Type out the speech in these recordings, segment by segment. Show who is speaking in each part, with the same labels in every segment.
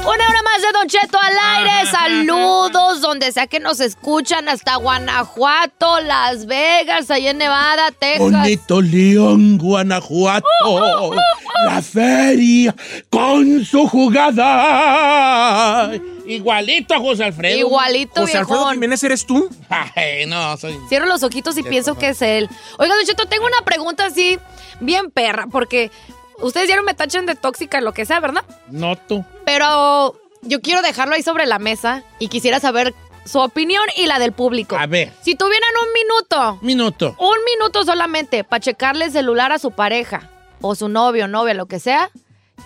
Speaker 1: Una hora más de Don Cheto al aire. Saludos donde sea que nos escuchan, hasta Guanajuato, Las Vegas, allá en Nevada, Texas.
Speaker 2: Bonito León,
Speaker 1: Oh,
Speaker 2: Guanajuato, la feria con su jugada. Igualito a José Alfredo.
Speaker 1: Igualito,
Speaker 3: José Alfredo
Speaker 1: viejón.
Speaker 3: Jiménez, ¿eres tú?
Speaker 2: Ay, no, soy...
Speaker 1: Cierro los ojitos y pienso que es él. Oiga, Don Cheto, tengo una pregunta así, bien perra, porque ustedes ya no me tachan de tóxica, lo que sea, ¿verdad?
Speaker 2: No tú.
Speaker 1: Pero yo quiero dejarlo ahí sobre la mesa y quisiera saber su opinión y la del público.
Speaker 2: A ver,
Speaker 1: Si tuvieran un minuto
Speaker 2: minuto.
Speaker 1: un minuto solamente para checarle el celular a su pareja o su novio, novia, lo que sea,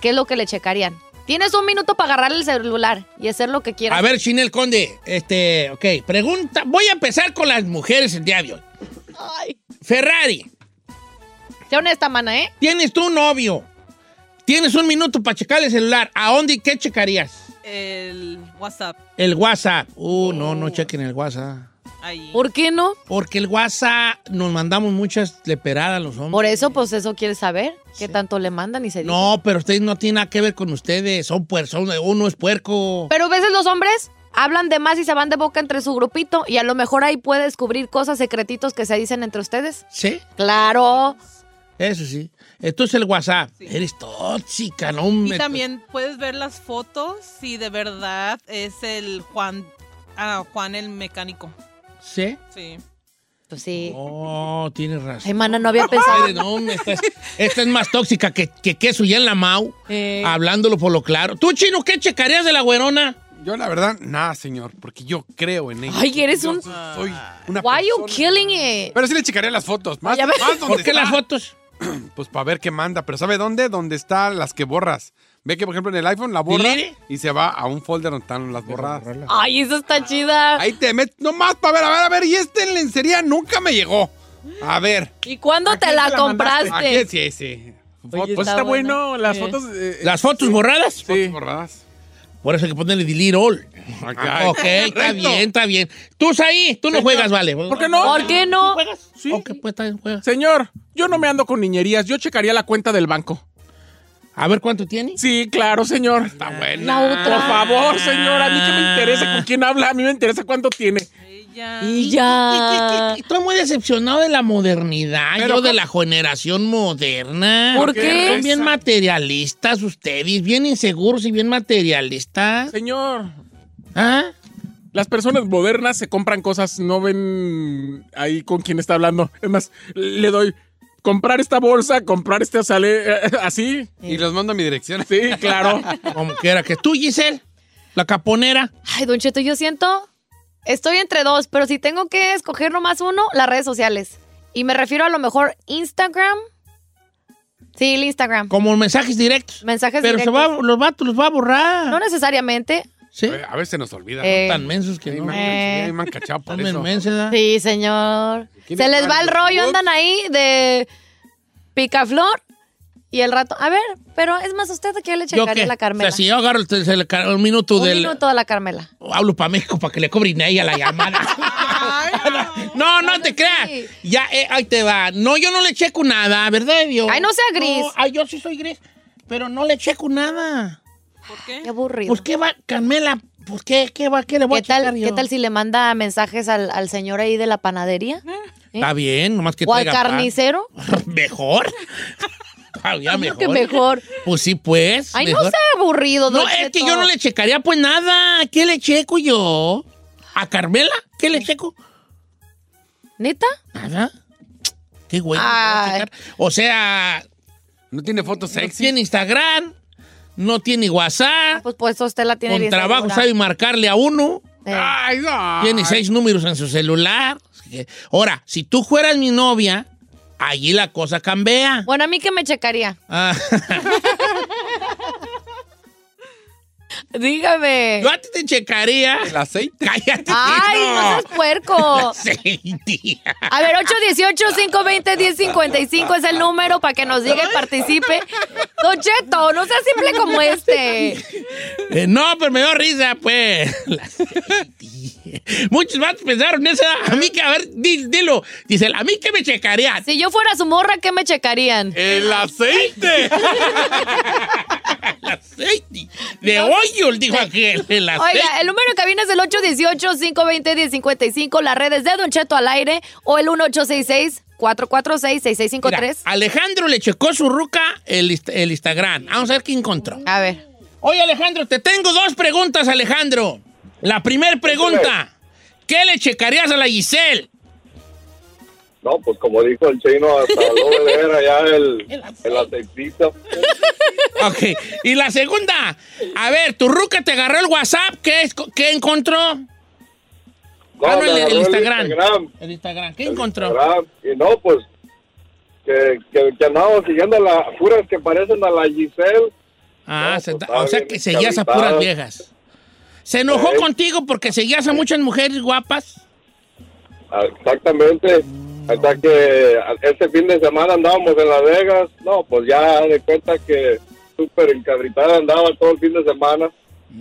Speaker 1: ¿qué es lo que le checarían? Tienes un minuto para agarrarle el celular y hacer lo que quieras.
Speaker 2: A ver, Chinel Conde, este, ok, pregunta. Voy a empezar con las mujeres el día de hoy.
Speaker 1: Ay,
Speaker 2: Ferrari,
Speaker 1: sea honesta, mana, ¿eh?
Speaker 2: tienes tu novio. Tienes un minuto para checar el celular. ¿A dónde y qué checarías?
Speaker 4: el WhatsApp
Speaker 2: El WhatsApp. Uh, no,
Speaker 1: Oh.
Speaker 2: no chequen el WhatsApp.
Speaker 4: ahí.
Speaker 1: ¿Por qué no?
Speaker 2: Porque el WhatsApp nos mandamos muchas leperadas los hombres.
Speaker 1: Por eso, pues eso quiere saber. ¿Qué tanto le mandan y se dice?
Speaker 2: No, pero ustedes no tienen nada que ver con ustedes. Son personas, uno es puerco.
Speaker 1: Pero a veces los hombres hablan de más y se van de boca entre su grupito y a lo mejor ahí puede descubrir cosas secretitos que se dicen entre ustedes.
Speaker 2: Sí,
Speaker 1: Claro.
Speaker 2: eso sí. Entonces el WhatsApp. Eres tóxica, no hombre.
Speaker 4: Y también puedes ver las fotos si de verdad es el Juan, ah, Juan el mecánico.
Speaker 2: Sí.
Speaker 4: Sí.
Speaker 1: Pues sí.
Speaker 2: Oh, tienes razón.
Speaker 1: Ay, mana, no había pensado.
Speaker 2: Ay, no, hombre, esta, es, esta es más tóxica que, que queso ya en la Mau.
Speaker 1: Eh.
Speaker 2: Hablándolo por lo claro. ¿Tú, chino, qué checarías de la güerona?
Speaker 3: Yo, la verdad, nada, señor, porque yo creo en ella.
Speaker 1: Ay, eres
Speaker 3: Yo
Speaker 1: un-
Speaker 3: Soy una
Speaker 1: Why you
Speaker 3: persona-
Speaker 1: killing it?
Speaker 3: Pero sí le checaré las fotos. Más,
Speaker 1: Ya ves.
Speaker 3: más donde
Speaker 2: ¿Por qué
Speaker 3: está.
Speaker 2: las fotos?
Speaker 3: Pues para ver qué manda. Pero ¿sabe dónde? Donde están las que borras. Ve que, por ejemplo, en el iPhone la borra
Speaker 2: Delete.
Speaker 3: y se va a un folder donde están las borradas.
Speaker 1: Ay, eso está chida.
Speaker 3: Ahí te metes nomás para ver, a ver, a ver. Y este en lencería nunca me llegó. A ver.
Speaker 1: ¿Y cuándo te la
Speaker 3: Aquí
Speaker 1: compraste?
Speaker 3: sí, sí.
Speaker 1: Este. Oye,
Speaker 3: Fotos,
Speaker 5: Pues está,
Speaker 1: Está bueno.
Speaker 5: bueno, las
Speaker 1: Eh.
Speaker 5: fotos. eh,
Speaker 2: ¿Las fotos borradas?
Speaker 3: fotos borradas.
Speaker 2: Por eso hay que ponerle delete all.
Speaker 3: Acá.
Speaker 2: Ah, Ok, está
Speaker 3: Correcto.
Speaker 2: bien, está bien. Tú, ahí, tú no juegas, vale.
Speaker 5: ¿Por qué no?
Speaker 1: ¿Por qué no?
Speaker 2: ¿Juegas?
Speaker 5: Sí.
Speaker 2: Ok, pues está bien, juegas.
Speaker 5: Señor, yo no me ando con niñerías. Yo checaría la cuenta del banco.
Speaker 2: A ver cuánto tiene.
Speaker 5: Sí, claro, señor.
Speaker 3: Está buena.
Speaker 1: La
Speaker 5: Por
Speaker 1: otra.
Speaker 5: favor, señor, a mí que me
Speaker 2: Ah.
Speaker 5: interesa con quién habla, a mí me interesa cuánto tiene.
Speaker 4: Ella.
Speaker 1: Y ya.
Speaker 2: Estoy muy decepcionado de la modernidad,
Speaker 3: Pero
Speaker 2: yo de
Speaker 3: ¿cómo?
Speaker 2: la generación moderna.
Speaker 1: ¿Por qué?
Speaker 2: Son bien materialistas ustedes, bien inseguros y bien materialistas.
Speaker 5: Señor,
Speaker 2: ¿Ah?
Speaker 5: las personas modernas se compran cosas, no ven ahí con quién está hablando. Es más, le doy comprar esta bolsa, comprar este sale eh, así.
Speaker 3: Y los mando a mi dirección.
Speaker 5: Sí, claro.
Speaker 2: Como quiera que tú, Giselle, la caponera.
Speaker 1: Ay, Don Cheto, yo siento. Estoy entre dos, pero si tengo que escoger nomás uno, las redes sociales. Y me refiero a lo mejor Instagram. Sí, el Instagram.
Speaker 2: Como mensajes directos.
Speaker 1: Mensajes
Speaker 2: Pero se
Speaker 1: directos.
Speaker 2: va, los vatos los va a borrar.
Speaker 1: No necesariamente.
Speaker 2: ¿Sí?
Speaker 3: A ver, se nos olvida.
Speaker 1: Eh,
Speaker 2: Tan mensos que
Speaker 3: Ay,
Speaker 2: no.
Speaker 3: man,
Speaker 1: Eh.
Speaker 3: ay, man, cachao por
Speaker 2: Tan
Speaker 3: eso.
Speaker 2: mensos, ¿verdad?
Speaker 1: Sí, señor.
Speaker 3: ¿Quién
Speaker 1: Se
Speaker 3: es
Speaker 1: les va el
Speaker 3: Carlos?
Speaker 1: rollo, andan ahí de picaflor y el rato. A ver, pero es más, usted que yo le
Speaker 2: ¿Yo
Speaker 1: checaría
Speaker 2: qué?
Speaker 1: la Carmela.
Speaker 2: O sea, si yo agarro el, tel- el car- un minuto
Speaker 1: Un
Speaker 2: del...
Speaker 1: minuto a la Carmela.
Speaker 2: Hablo para México para que le cobren a ella la llamada. no, no te creas.
Speaker 1: sí.
Speaker 2: Ya, eh, ahí te va. No, yo no le checo nada, ¿verdad, Dios?
Speaker 1: Ay, no sea gris.
Speaker 2: ay, yo sí soy gris, pero no le checo nada.
Speaker 4: ¿Por
Speaker 1: Qué
Speaker 4: qué?
Speaker 1: aburrido.
Speaker 2: Pues qué va, Carmela, pues qué, qué va, qué le voy
Speaker 1: ¿Qué
Speaker 2: a checar
Speaker 1: tal,
Speaker 2: yo?
Speaker 1: ¿Qué tal si le manda mensajes al, al señor ahí de la panadería?
Speaker 2: Está bien, nomás que
Speaker 1: eh? ¿O al
Speaker 2: traiga pan.
Speaker 1: carnicero?
Speaker 2: Mejor. Todavía
Speaker 1: Creo
Speaker 2: mejor.
Speaker 1: que mejor.
Speaker 2: Pues sí, pues.
Speaker 1: Ay, no
Speaker 2: mejor.
Speaker 1: sea aburrido,
Speaker 2: No,
Speaker 1: Don
Speaker 2: es que
Speaker 1: Cheto.
Speaker 2: yo no le checaría pues nada. ¿Qué le checo yo? ¿A Carmela? ¿Qué le checo?
Speaker 1: ¿Neta?
Speaker 2: Nada. Qué güey.
Speaker 1: Ay.
Speaker 2: O sea,
Speaker 3: No tiene fotos
Speaker 2: no
Speaker 3: sexy.
Speaker 2: tiene Instagram, no tiene WhatsApp,
Speaker 1: Pues pues usted la tiene
Speaker 2: con
Speaker 1: bien
Speaker 2: trabajo
Speaker 1: segura.
Speaker 2: sabe ¡Ah! marcarle a uno.
Speaker 1: Eh,
Speaker 3: Ay, no.
Speaker 2: Tiene seis números en su celular. Así que- Ahora, si tú fueras mi novia, allí la cosa cambia.
Speaker 1: Bueno, a mí que me checaría.
Speaker 2: Ah,
Speaker 1: Dígame.
Speaker 2: yo a ti te checaría.
Speaker 3: El aceite.
Speaker 2: Cállate.
Speaker 1: Ay, no seas puerco.
Speaker 2: Sí, tía.
Speaker 1: A ver, 818-520-1055 es el número para que nos diga y participe. Don Cheto, no sea simple como este.
Speaker 2: Eh, no, pero me dio risa, pues. La aceite. Muchos vatos pensaron esa. A mí que, a ver, di- dilo. Dice, a mí que me checaría.
Speaker 1: Si yo fuera su morra, ¿qué me checarían?
Speaker 3: El aceite.
Speaker 2: El aceite. De hoyo, dijo aquel. El aceite.
Speaker 1: Oiga, el número que cabina es el 818-520-1055, las redes de Don Cheto al aire o el
Speaker 2: Mira,
Speaker 1: 1866-446-6653.
Speaker 2: Alejandro le checó su ruca el, inst- el Instagram. Vamos a ver qué encontró.
Speaker 1: A ver.
Speaker 2: Oye, Alejandro, te tengo dos preguntas, Alejandro. La primera pregunta. ¿Qué le checarías a la Giselle?
Speaker 6: No, pues como dijo el chino, hasta luego de ver allá el, el aceitito.
Speaker 2: Ok. Y la segunda. A ver, tu ruca te agarró el WhatsApp. ¿Qué, es- qué encontró?
Speaker 6: No,
Speaker 2: Ah, no, el-
Speaker 6: me
Speaker 2: el
Speaker 6: agarró
Speaker 2: Instagram.
Speaker 6: Instagram.
Speaker 2: El Instagram. ¿Qué
Speaker 6: el
Speaker 2: encontró?
Speaker 6: Instagram. Y no, pues que, que, que andamos siguiendo las puras que parecen a la Giselle.
Speaker 2: Ah,
Speaker 6: No,
Speaker 2: se-
Speaker 6: pues,
Speaker 2: o
Speaker 6: estaba
Speaker 2: sea
Speaker 6: bien
Speaker 2: que seguías a
Speaker 6: descabitada.
Speaker 2: puras viejas. ¿Se enojó
Speaker 6: Eh.
Speaker 2: contigo porque seguías a muchas mujeres guapas?
Speaker 6: Ah, Exactamente. Hasta que a- este fin de semana andábamos en Las Vegas. No, pues ya de cuenta que súper encabritada andaba todo el fin de semana.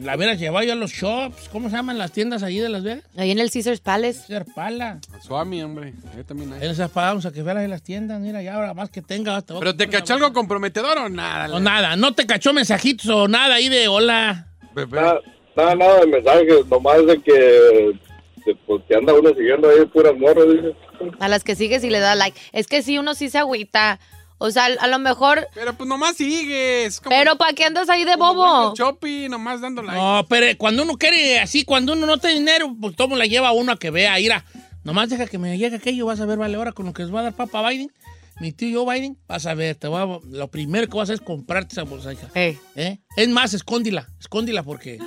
Speaker 2: La hubieras llevado yo a los shops. ¿Cómo se llaman las tiendas allí de Las Vegas?
Speaker 1: Ahí en el Caesars Palace.
Speaker 2: Ser pala.
Speaker 3: Suami, hombre. Yo también hay.
Speaker 2: En esas pagamos a que fueras en las tiendas. Mira, ya ahora más que tengas. voy a
Speaker 3: Pero te
Speaker 2: comprar
Speaker 3: cachó
Speaker 2: una
Speaker 3: algo comprometedor o nada.
Speaker 2: bolsa. O nada. No te cachó mensajitos o nada ahí de hola.
Speaker 3: Pepe.
Speaker 6: Nada, nada, nada de mensajes, nomás de que, de, pues, que anda uno siguiendo ahí puras morras. dice.
Speaker 1: A las que sigues y le da like. Es que sí, uno sí se agüita. O sea, a lo mejor.
Speaker 3: Pero pues nomás sigues. como-
Speaker 1: Pero ¿para qué andas ahí de
Speaker 3: como
Speaker 1: bobo?
Speaker 3: Michael Chopi, nomás dando like.
Speaker 2: No, pero cuando uno quiere así, cuando uno no tiene dinero, pues todo la lleva a uno a que vea, ira. Nomás deja que me llegue aquello, vas a ver, vale, ahora con lo que les va a dar papá Biden, mi tío Joe Biden, vas a ver, te voy a- lo primero que vas a hacer es comprarte esa bolsa, hija.
Speaker 1: Eh,
Speaker 2: ¿Eh? Es más, escóndila, escóndila porque...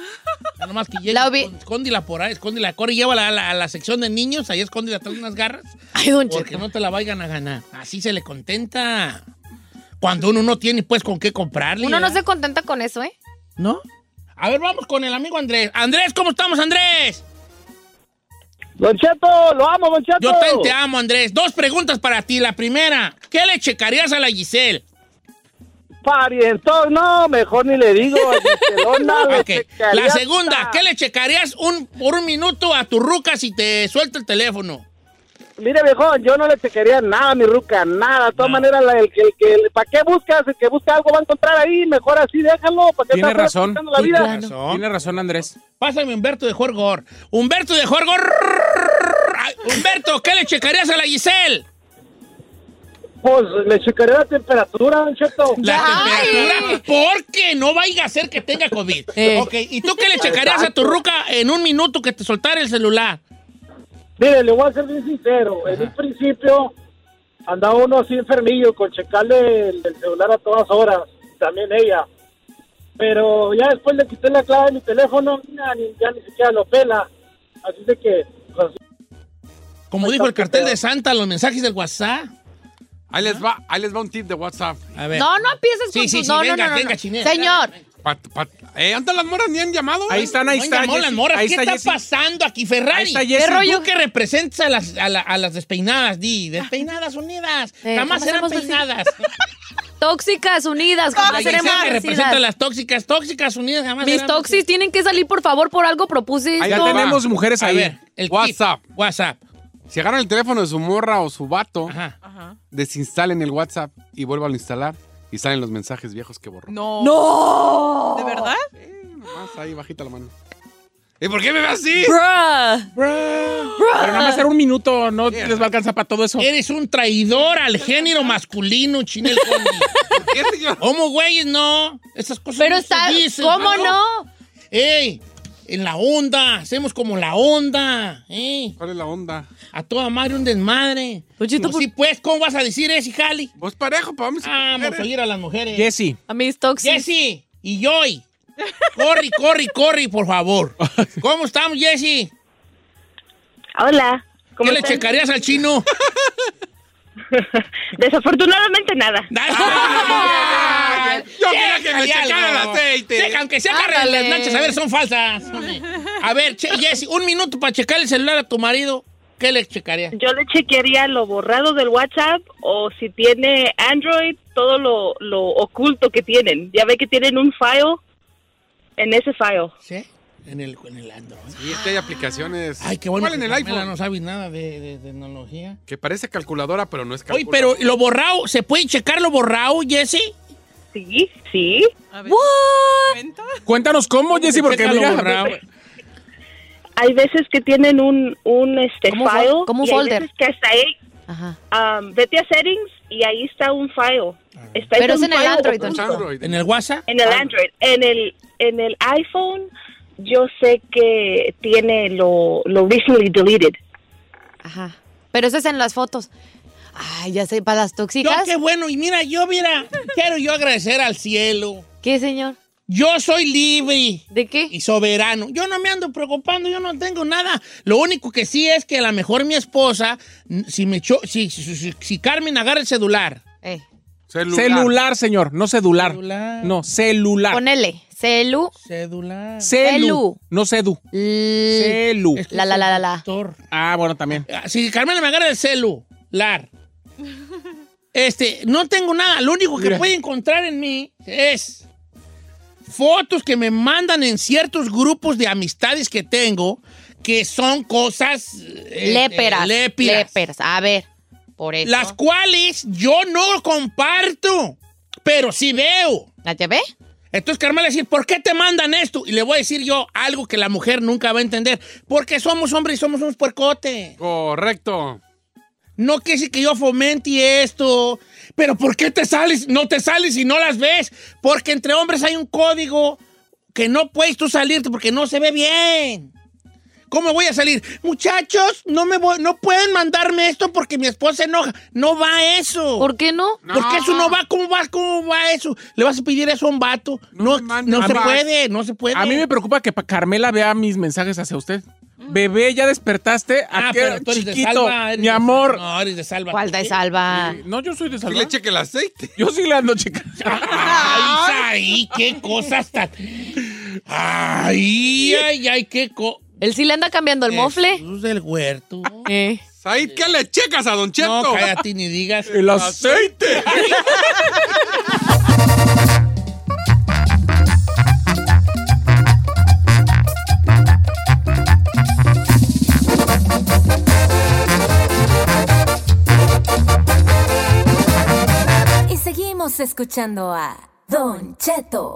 Speaker 2: ya Nomás que llegue,
Speaker 1: La vi-
Speaker 2: escóndila por ahí, escóndila, corre, llévala a la, a la sección de niños, ahí escóndila, trae unas garras,
Speaker 1: Ay, don
Speaker 2: porque
Speaker 1: Cheto.
Speaker 2: no te la vayan a ganar. Así se le contenta. Cuando uno no tiene, pues, con qué comprarle.
Speaker 1: Uno no
Speaker 2: ¿eh?
Speaker 1: se contenta con eso, ¿eh?
Speaker 2: ¿No? A ver, vamos con el amigo Andrés. Andrés, ¿cómo estamos, Andrés?
Speaker 7: Don Cheto, lo amo, Don Cheto.
Speaker 2: Yo también te amo, Andrés. Dos preguntas para ti. La primera, ¿qué le checarías a la Giselle?
Speaker 7: Parientón, no, mejor ni le digo. a Giselona, le
Speaker 2: Ok.
Speaker 7: checaría
Speaker 2: La segunda,
Speaker 7: hasta-
Speaker 2: ¿qué le checarías un, por un minuto a tu ruca si te suelta el teléfono?
Speaker 7: Mire, viejo, yo no le checaría nada, mi ruca, nada. De todas maneras, la- el, que- el que, ¿para qué buscas? El que busca algo va a encontrar ahí, mejor así, déjalo. ¿Para qué
Speaker 3: Tiene
Speaker 7: estás
Speaker 3: razón.
Speaker 7: buscando la
Speaker 2: Sí,
Speaker 7: vida?
Speaker 2: claro. razón.
Speaker 3: Tiene razón, Andrés.
Speaker 2: Pásame a Humberto de Jorgor. Humberto de Jorgor. Ay, Humberto, ¿qué le checarías a la Giselle?
Speaker 7: Pues le checaría la temperatura, Don Cheto.
Speaker 2: La
Speaker 1: Ay.
Speaker 2: temperatura, porque no vaya a ser que tenga COVID.
Speaker 1: Eh.
Speaker 2: Ok, ¿y tú qué le checarías a tu ruca en un minuto que te soltara el celular?
Speaker 7: Mire, le voy a ser bien sincero. En un principio andaba uno así enfermillo con checarle el, el celular a todas horas, también ella. Pero ya después le quité la clave de mi teléfono, ya ni, ya ni siquiera lo pela. Así de que, pues,
Speaker 2: Como dijo el cartel de Santa, los mensajes del WhatsApp.
Speaker 3: Ahí les va, ahí les va un tip de WhatsApp.
Speaker 2: A ver.
Speaker 1: No, no empieces
Speaker 2: Sí,
Speaker 1: con
Speaker 2: sí,
Speaker 1: sus-
Speaker 2: sí,
Speaker 1: no,
Speaker 2: venga,
Speaker 1: no, no, no,
Speaker 2: venga,
Speaker 1: no.
Speaker 2: chinela.
Speaker 1: Señor,
Speaker 3: Pat- pat- eh, ¿andan las moras ni han llamado?
Speaker 8: Ahí están, ahí
Speaker 2: No
Speaker 8: están.
Speaker 2: llamó las
Speaker 8: Jessy.
Speaker 2: moras.
Speaker 8: Ahí
Speaker 2: ¿Qué
Speaker 8: está
Speaker 2: está
Speaker 8: Jessy.
Speaker 2: pasando aquí, Ferrari?
Speaker 8: Ahí está Jessy.
Speaker 2: ¿Qué rollo? que representas a las, a la- a las despeinadas, Di. Despeinadas unidas.
Speaker 1: Eh,
Speaker 2: Jamás
Speaker 1: jamás
Speaker 2: serán
Speaker 1: hemos
Speaker 2: peinadas.
Speaker 1: tóxicas unidas, como
Speaker 2: La
Speaker 1: seremos
Speaker 2: Giselle que representa a
Speaker 1: parecidas.
Speaker 2: las tóxicas. Tóxicas unidas jamás
Speaker 1: Mis
Speaker 2: serán
Speaker 1: toxis tienen que salir, por favor, por algo propuse
Speaker 3: Ahí
Speaker 8: Ya
Speaker 3: No.
Speaker 1: esto.
Speaker 8: tenemos mujeres
Speaker 2: A
Speaker 8: ahí.
Speaker 2: ver, el tip.
Speaker 3: WhatsApp.
Speaker 2: WhatsApp.
Speaker 3: Si agarran el teléfono de su morra o su vato,
Speaker 2: Ajá.
Speaker 4: Ajá.
Speaker 3: desinstalen el WhatsApp y vuelvan a instalar y salen los mensajes viejos que borró.
Speaker 4: No. ¡No! ¿De verdad?
Speaker 3: Eh, nomás ahí bajita la mano. ¿Y por qué me ve así?
Speaker 1: Bruh.
Speaker 5: Pero nada más era un minuto, no les va a alcanzar para todo eso.
Speaker 2: Eres un traidor al género masculino, Chinel Conde.
Speaker 3: ¿Por qué, señor?
Speaker 2: ¿Cómo, güey? No. Esas cosas
Speaker 1: Pero
Speaker 2: no se
Speaker 1: está.
Speaker 2: dicen,
Speaker 1: ¿Cómo
Speaker 2: mano.
Speaker 1: no?
Speaker 2: ¡Ey! En la onda. Hacemos como la onda. ¡Ey!
Speaker 3: ¿Cuál es la onda?
Speaker 2: A toda madre un desmadre.
Speaker 1: Pochito,
Speaker 2: Pues sí, pues, ¿cómo vas a decir eso, Jali?
Speaker 3: Vos parejo, pa' vamos. ¿eh?
Speaker 2: Vamos a oír a las mujeres.
Speaker 5: Jesse,
Speaker 1: A mis toxis.
Speaker 2: Jessy y Joy. Corre, corre, corre, por favor. ¿Cómo estamos, Jessy?
Speaker 8: Hola.
Speaker 2: ¿Qué
Speaker 8: ¿Cómo
Speaker 2: le
Speaker 8: están?
Speaker 2: checarías al chino?
Speaker 8: Desafortunadamente nada.
Speaker 2: ¡Ah!
Speaker 3: Yo quería que me
Speaker 2: Chécale
Speaker 3: checara
Speaker 2: algo.
Speaker 3: el aceite.
Speaker 2: Checa, aunque sea carga de las
Speaker 1: Ándale.
Speaker 2: nachas, a ver, son falsas. A ver, che- Jessy, un minuto para checar el celular a tu marido. ¿Qué le checarías?
Speaker 8: Yo le chequearía lo borrado del WhatsApp o si tiene Android, todo lo, lo oculto que tienen. Ya ve que tienen un file en ese file.
Speaker 2: ¿Sí? En el, en el Android.
Speaker 3: Y es que hay aplicaciones.
Speaker 2: Ay, qué bueno.
Speaker 3: ¿Cuál en
Speaker 2: que
Speaker 3: el
Speaker 2: Carmela
Speaker 3: iPhone?
Speaker 2: No sabes nada de, de tecnología.
Speaker 3: Que parece calculadora, pero no es
Speaker 2: Oye,
Speaker 3: calculadora.
Speaker 2: pero lo borrado, ¿se puede checar lo borrado, Jessy?
Speaker 8: Sí, sí.
Speaker 4: A ver,
Speaker 1: What?
Speaker 4: ¿cuenta?
Speaker 5: cuéntanos cómo, Jesse, porque
Speaker 2: Checa lo
Speaker 5: mira,
Speaker 2: borrado.
Speaker 8: Hay veces que tienen un, un este
Speaker 1: Como un fol-
Speaker 8: file.
Speaker 1: como un
Speaker 8: y hay
Speaker 1: folder.
Speaker 8: veces que hasta ahí,
Speaker 1: Ajá.
Speaker 8: um, vete a settings y ahí está un file. Está
Speaker 1: Pero
Speaker 8: ese
Speaker 1: es en el
Speaker 8: file
Speaker 3: Es
Speaker 1: Android,
Speaker 8: oculto.
Speaker 3: Android.
Speaker 2: ¿En el WhatsApp?
Speaker 8: En el Android, en el en el iPhone yo sé que tiene lo, lo recently deleted.
Speaker 1: Ajá. Pero eso es en las fotos. Ay, ya sé, para las
Speaker 2: Yo,
Speaker 1: tóxicas.
Speaker 2: qué bueno. Y mira, yo, mira, quiero yo agradecer al cielo.
Speaker 1: ¿Qué, señor?
Speaker 2: Yo soy libre.
Speaker 1: ¿De qué?
Speaker 2: y soberano. Yo no me ando preocupando, yo no tengo nada. Lo único que sí es que a lo mejor mi esposa, mm, si me cho- si, si, si- si Carmen agarra el celular.
Speaker 1: Eh,
Speaker 3: Celular.
Speaker 5: celular, señor, no celular.
Speaker 2: Celular.
Speaker 5: No, celular.
Speaker 1: ponele. Celu.
Speaker 2: Celular.
Speaker 5: Celu.
Speaker 1: Celu.
Speaker 5: No cedu.
Speaker 1: l-
Speaker 5: Celu.
Speaker 2: Es que
Speaker 1: La, la,
Speaker 2: soy
Speaker 1: la, la, la.
Speaker 2: doctor.
Speaker 5: Ah, bueno, también.
Speaker 2: Ah, Si Carmen me agarra el celular. Este, no tengo nada. Lo único que
Speaker 5: Mira.
Speaker 2: puede encontrar en mí es fotos que me mandan en ciertos grupos de amistades que tengo que son cosas eh,
Speaker 1: Léperas.
Speaker 2: eh, lépidas.
Speaker 1: Léperas. A ver. Por eso.
Speaker 2: las cuales yo no comparto, pero sí veo.
Speaker 1: ¿La TV?
Speaker 2: Entonces Carmen le va a decir, ¿por qué te mandan esto? Y le voy a decir yo algo que la mujer nunca va a entender. Porque somos hombres y somos unos puercotes.
Speaker 3: Correcto.
Speaker 2: No que sí que yo fomente esto. Pero ¿por qué te sales? No te sales y no las ves. Porque entre hombres hay un código que no puedes tú salirte porque no se ve bien. ¿Cómo voy a salir? Muchachos, no me voy- no pueden mandarme esto porque mi esposa se enoja. No va eso.
Speaker 1: ¿Por qué no?
Speaker 2: Porque eso no va, ¿cómo va? ¿Cómo va eso? ¿Le vas a pedir eso a un vato? No,
Speaker 3: No me mandes.
Speaker 2: no, se
Speaker 3: A mí-
Speaker 2: puede, no se puede.
Speaker 5: A mí me preocupa que pa- Carmela vea mis mensajes hacia usted. Bebé, ya despertaste.
Speaker 2: Mm. Ah, pero
Speaker 5: Aquel
Speaker 2: tú eres de
Speaker 5: chiquito,
Speaker 2: salva. eres
Speaker 5: mi
Speaker 2: de-
Speaker 5: amor.
Speaker 2: No, eres de salva.
Speaker 1: ¿Cuál de salva?
Speaker 5: No, yo soy de
Speaker 3: Y
Speaker 5: salva.
Speaker 3: le cheque el aceite.
Speaker 5: Yo sí le ando checando.
Speaker 2: Ay, ay, qué cosas tan... Ay, ay, ay, qué co...
Speaker 1: Él sí le anda cambiando el mofle.
Speaker 2: Jesús del huerto.
Speaker 1: Eh.
Speaker 3: Said, ¿qué le checas a Don Cheto?
Speaker 2: No, cállate ni digas.
Speaker 5: El aceite.
Speaker 9: Y seguimos escuchando a Don Cheto.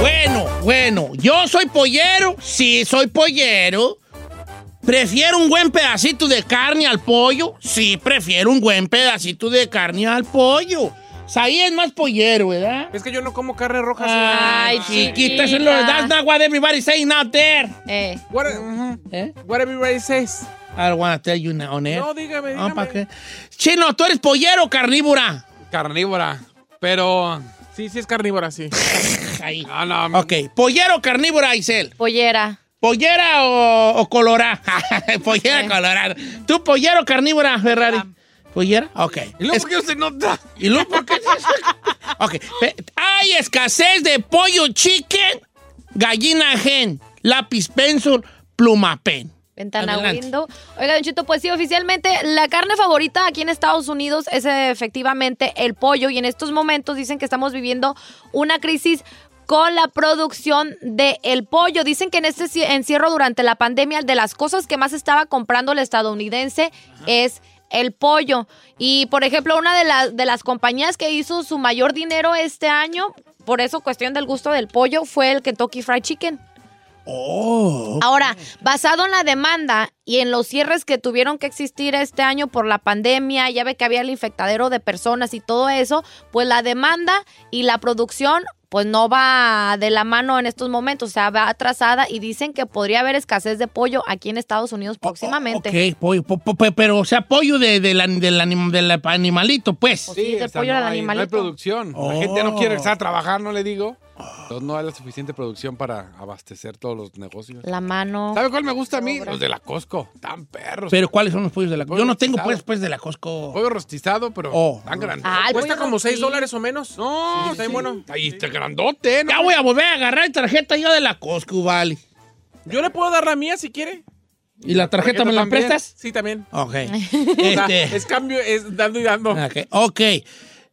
Speaker 2: Bueno, bueno, yo soy pollero, sí soy pollero. Prefiero un buen pedacito de carne al pollo, sí prefiero un buen pedacito de carne al pollo. Saí es más pollero, ¿verdad?
Speaker 5: Es que yo no como carne roja.
Speaker 2: Ah.
Speaker 1: Ay,
Speaker 2: chiquita,
Speaker 1: chiquita.
Speaker 2: eso es lo that's not what everybody saying out there.
Speaker 1: Eh.
Speaker 5: What,
Speaker 2: ¿Eh?
Speaker 5: what everybody says.
Speaker 2: I don't wanna tell you now, on air.
Speaker 5: No, dígame,
Speaker 2: Ah,
Speaker 5: dígame.
Speaker 2: ¿pa' qué? Chino, ¿tú eres pollero o carnívora?
Speaker 3: Carnívora. Pero.
Speaker 5: Sí, sí es carnívora, sí.
Speaker 2: Ahí.
Speaker 3: No, no.
Speaker 2: Ok, pollero o carnívora, Isel.
Speaker 1: Pollera.
Speaker 2: ¿Pollera o, o colorá? pollera colorada. ¿Tú pollero o carnívora, Ferrari? ¿Pollera? Ok.
Speaker 3: ¿Y luego
Speaker 2: Es-
Speaker 3: por qué se nota?
Speaker 2: ¿Y luego por qué es eso? Ok. Pe- Hay escasez de pollo chicken, gallina gen, lápiz pencil, pluma pen.
Speaker 1: Ventana
Speaker 2: Adelante.
Speaker 1: window. Oiga, Don Chito, pues sí, oficialmente la carne favorita aquí en Estados Unidos es eh, efectivamente el pollo y en estos momentos dicen que estamos viviendo una crisis con la producción de el pollo. Dicen que en este ci- encierro durante la pandemia de las cosas que más estaba comprando el estadounidense es el pollo. Y por ejemplo, una de, la- de las compañías que hizo su mayor dinero este año, por eso cuestión del gusto del pollo, fue el Kentucky Fried Chicken.
Speaker 2: Oh.
Speaker 1: Ahora, basado en la demanda y en los cierres que tuvieron que existir este año por la pandemia, ya ve que había el infectadero de personas y todo eso, pues la demanda y la producción pues no va de la mano en estos momentos, o sea, va atrasada y dicen que podría haber escasez de pollo aquí en Estados Unidos próximamente.
Speaker 2: Oh, Ok, pollo, po- po- pe- pero o sea, pollo de, del an- del anim- del animalito, pues.
Speaker 1: sí, del pollo
Speaker 3: no hay,
Speaker 1: al
Speaker 3: no hay
Speaker 1: animalito.
Speaker 3: producción.
Speaker 2: Oh.
Speaker 3: La gente no quiere regresar a trabajar, no le digo.
Speaker 2: Ah.
Speaker 3: Entonces no hay la suficiente producción para abastecer todos los negocios.
Speaker 1: La mano.
Speaker 3: ¿Sabe cuál me gusta a mí? Los de la Costco. Tan perros.
Speaker 2: Pero ¿cuáles son los pollos de la Yo no tengo
Speaker 3: rostizado.
Speaker 2: pues, pues de la Costco.
Speaker 3: Pollo rostizado, pero
Speaker 2: Oh.
Speaker 3: tan grande.
Speaker 1: Ah, el
Speaker 5: Cuesta
Speaker 1: pollo
Speaker 5: como 6
Speaker 1: rostizado.
Speaker 5: dólares o menos. No, está bien bueno.
Speaker 3: Ahí está grandote, ¿no?
Speaker 2: Ya voy a volver a agarrar tarjeta yo de la Costco, vale.
Speaker 5: Yo le puedo dar la mía si quiere.
Speaker 2: ¿Y la tarjeta me la
Speaker 5: también.
Speaker 2: prestas?
Speaker 5: Sí, también.
Speaker 2: Ok.
Speaker 5: O sea,
Speaker 2: Este,
Speaker 5: es cambio, es dando y dando.
Speaker 2: ok. ok.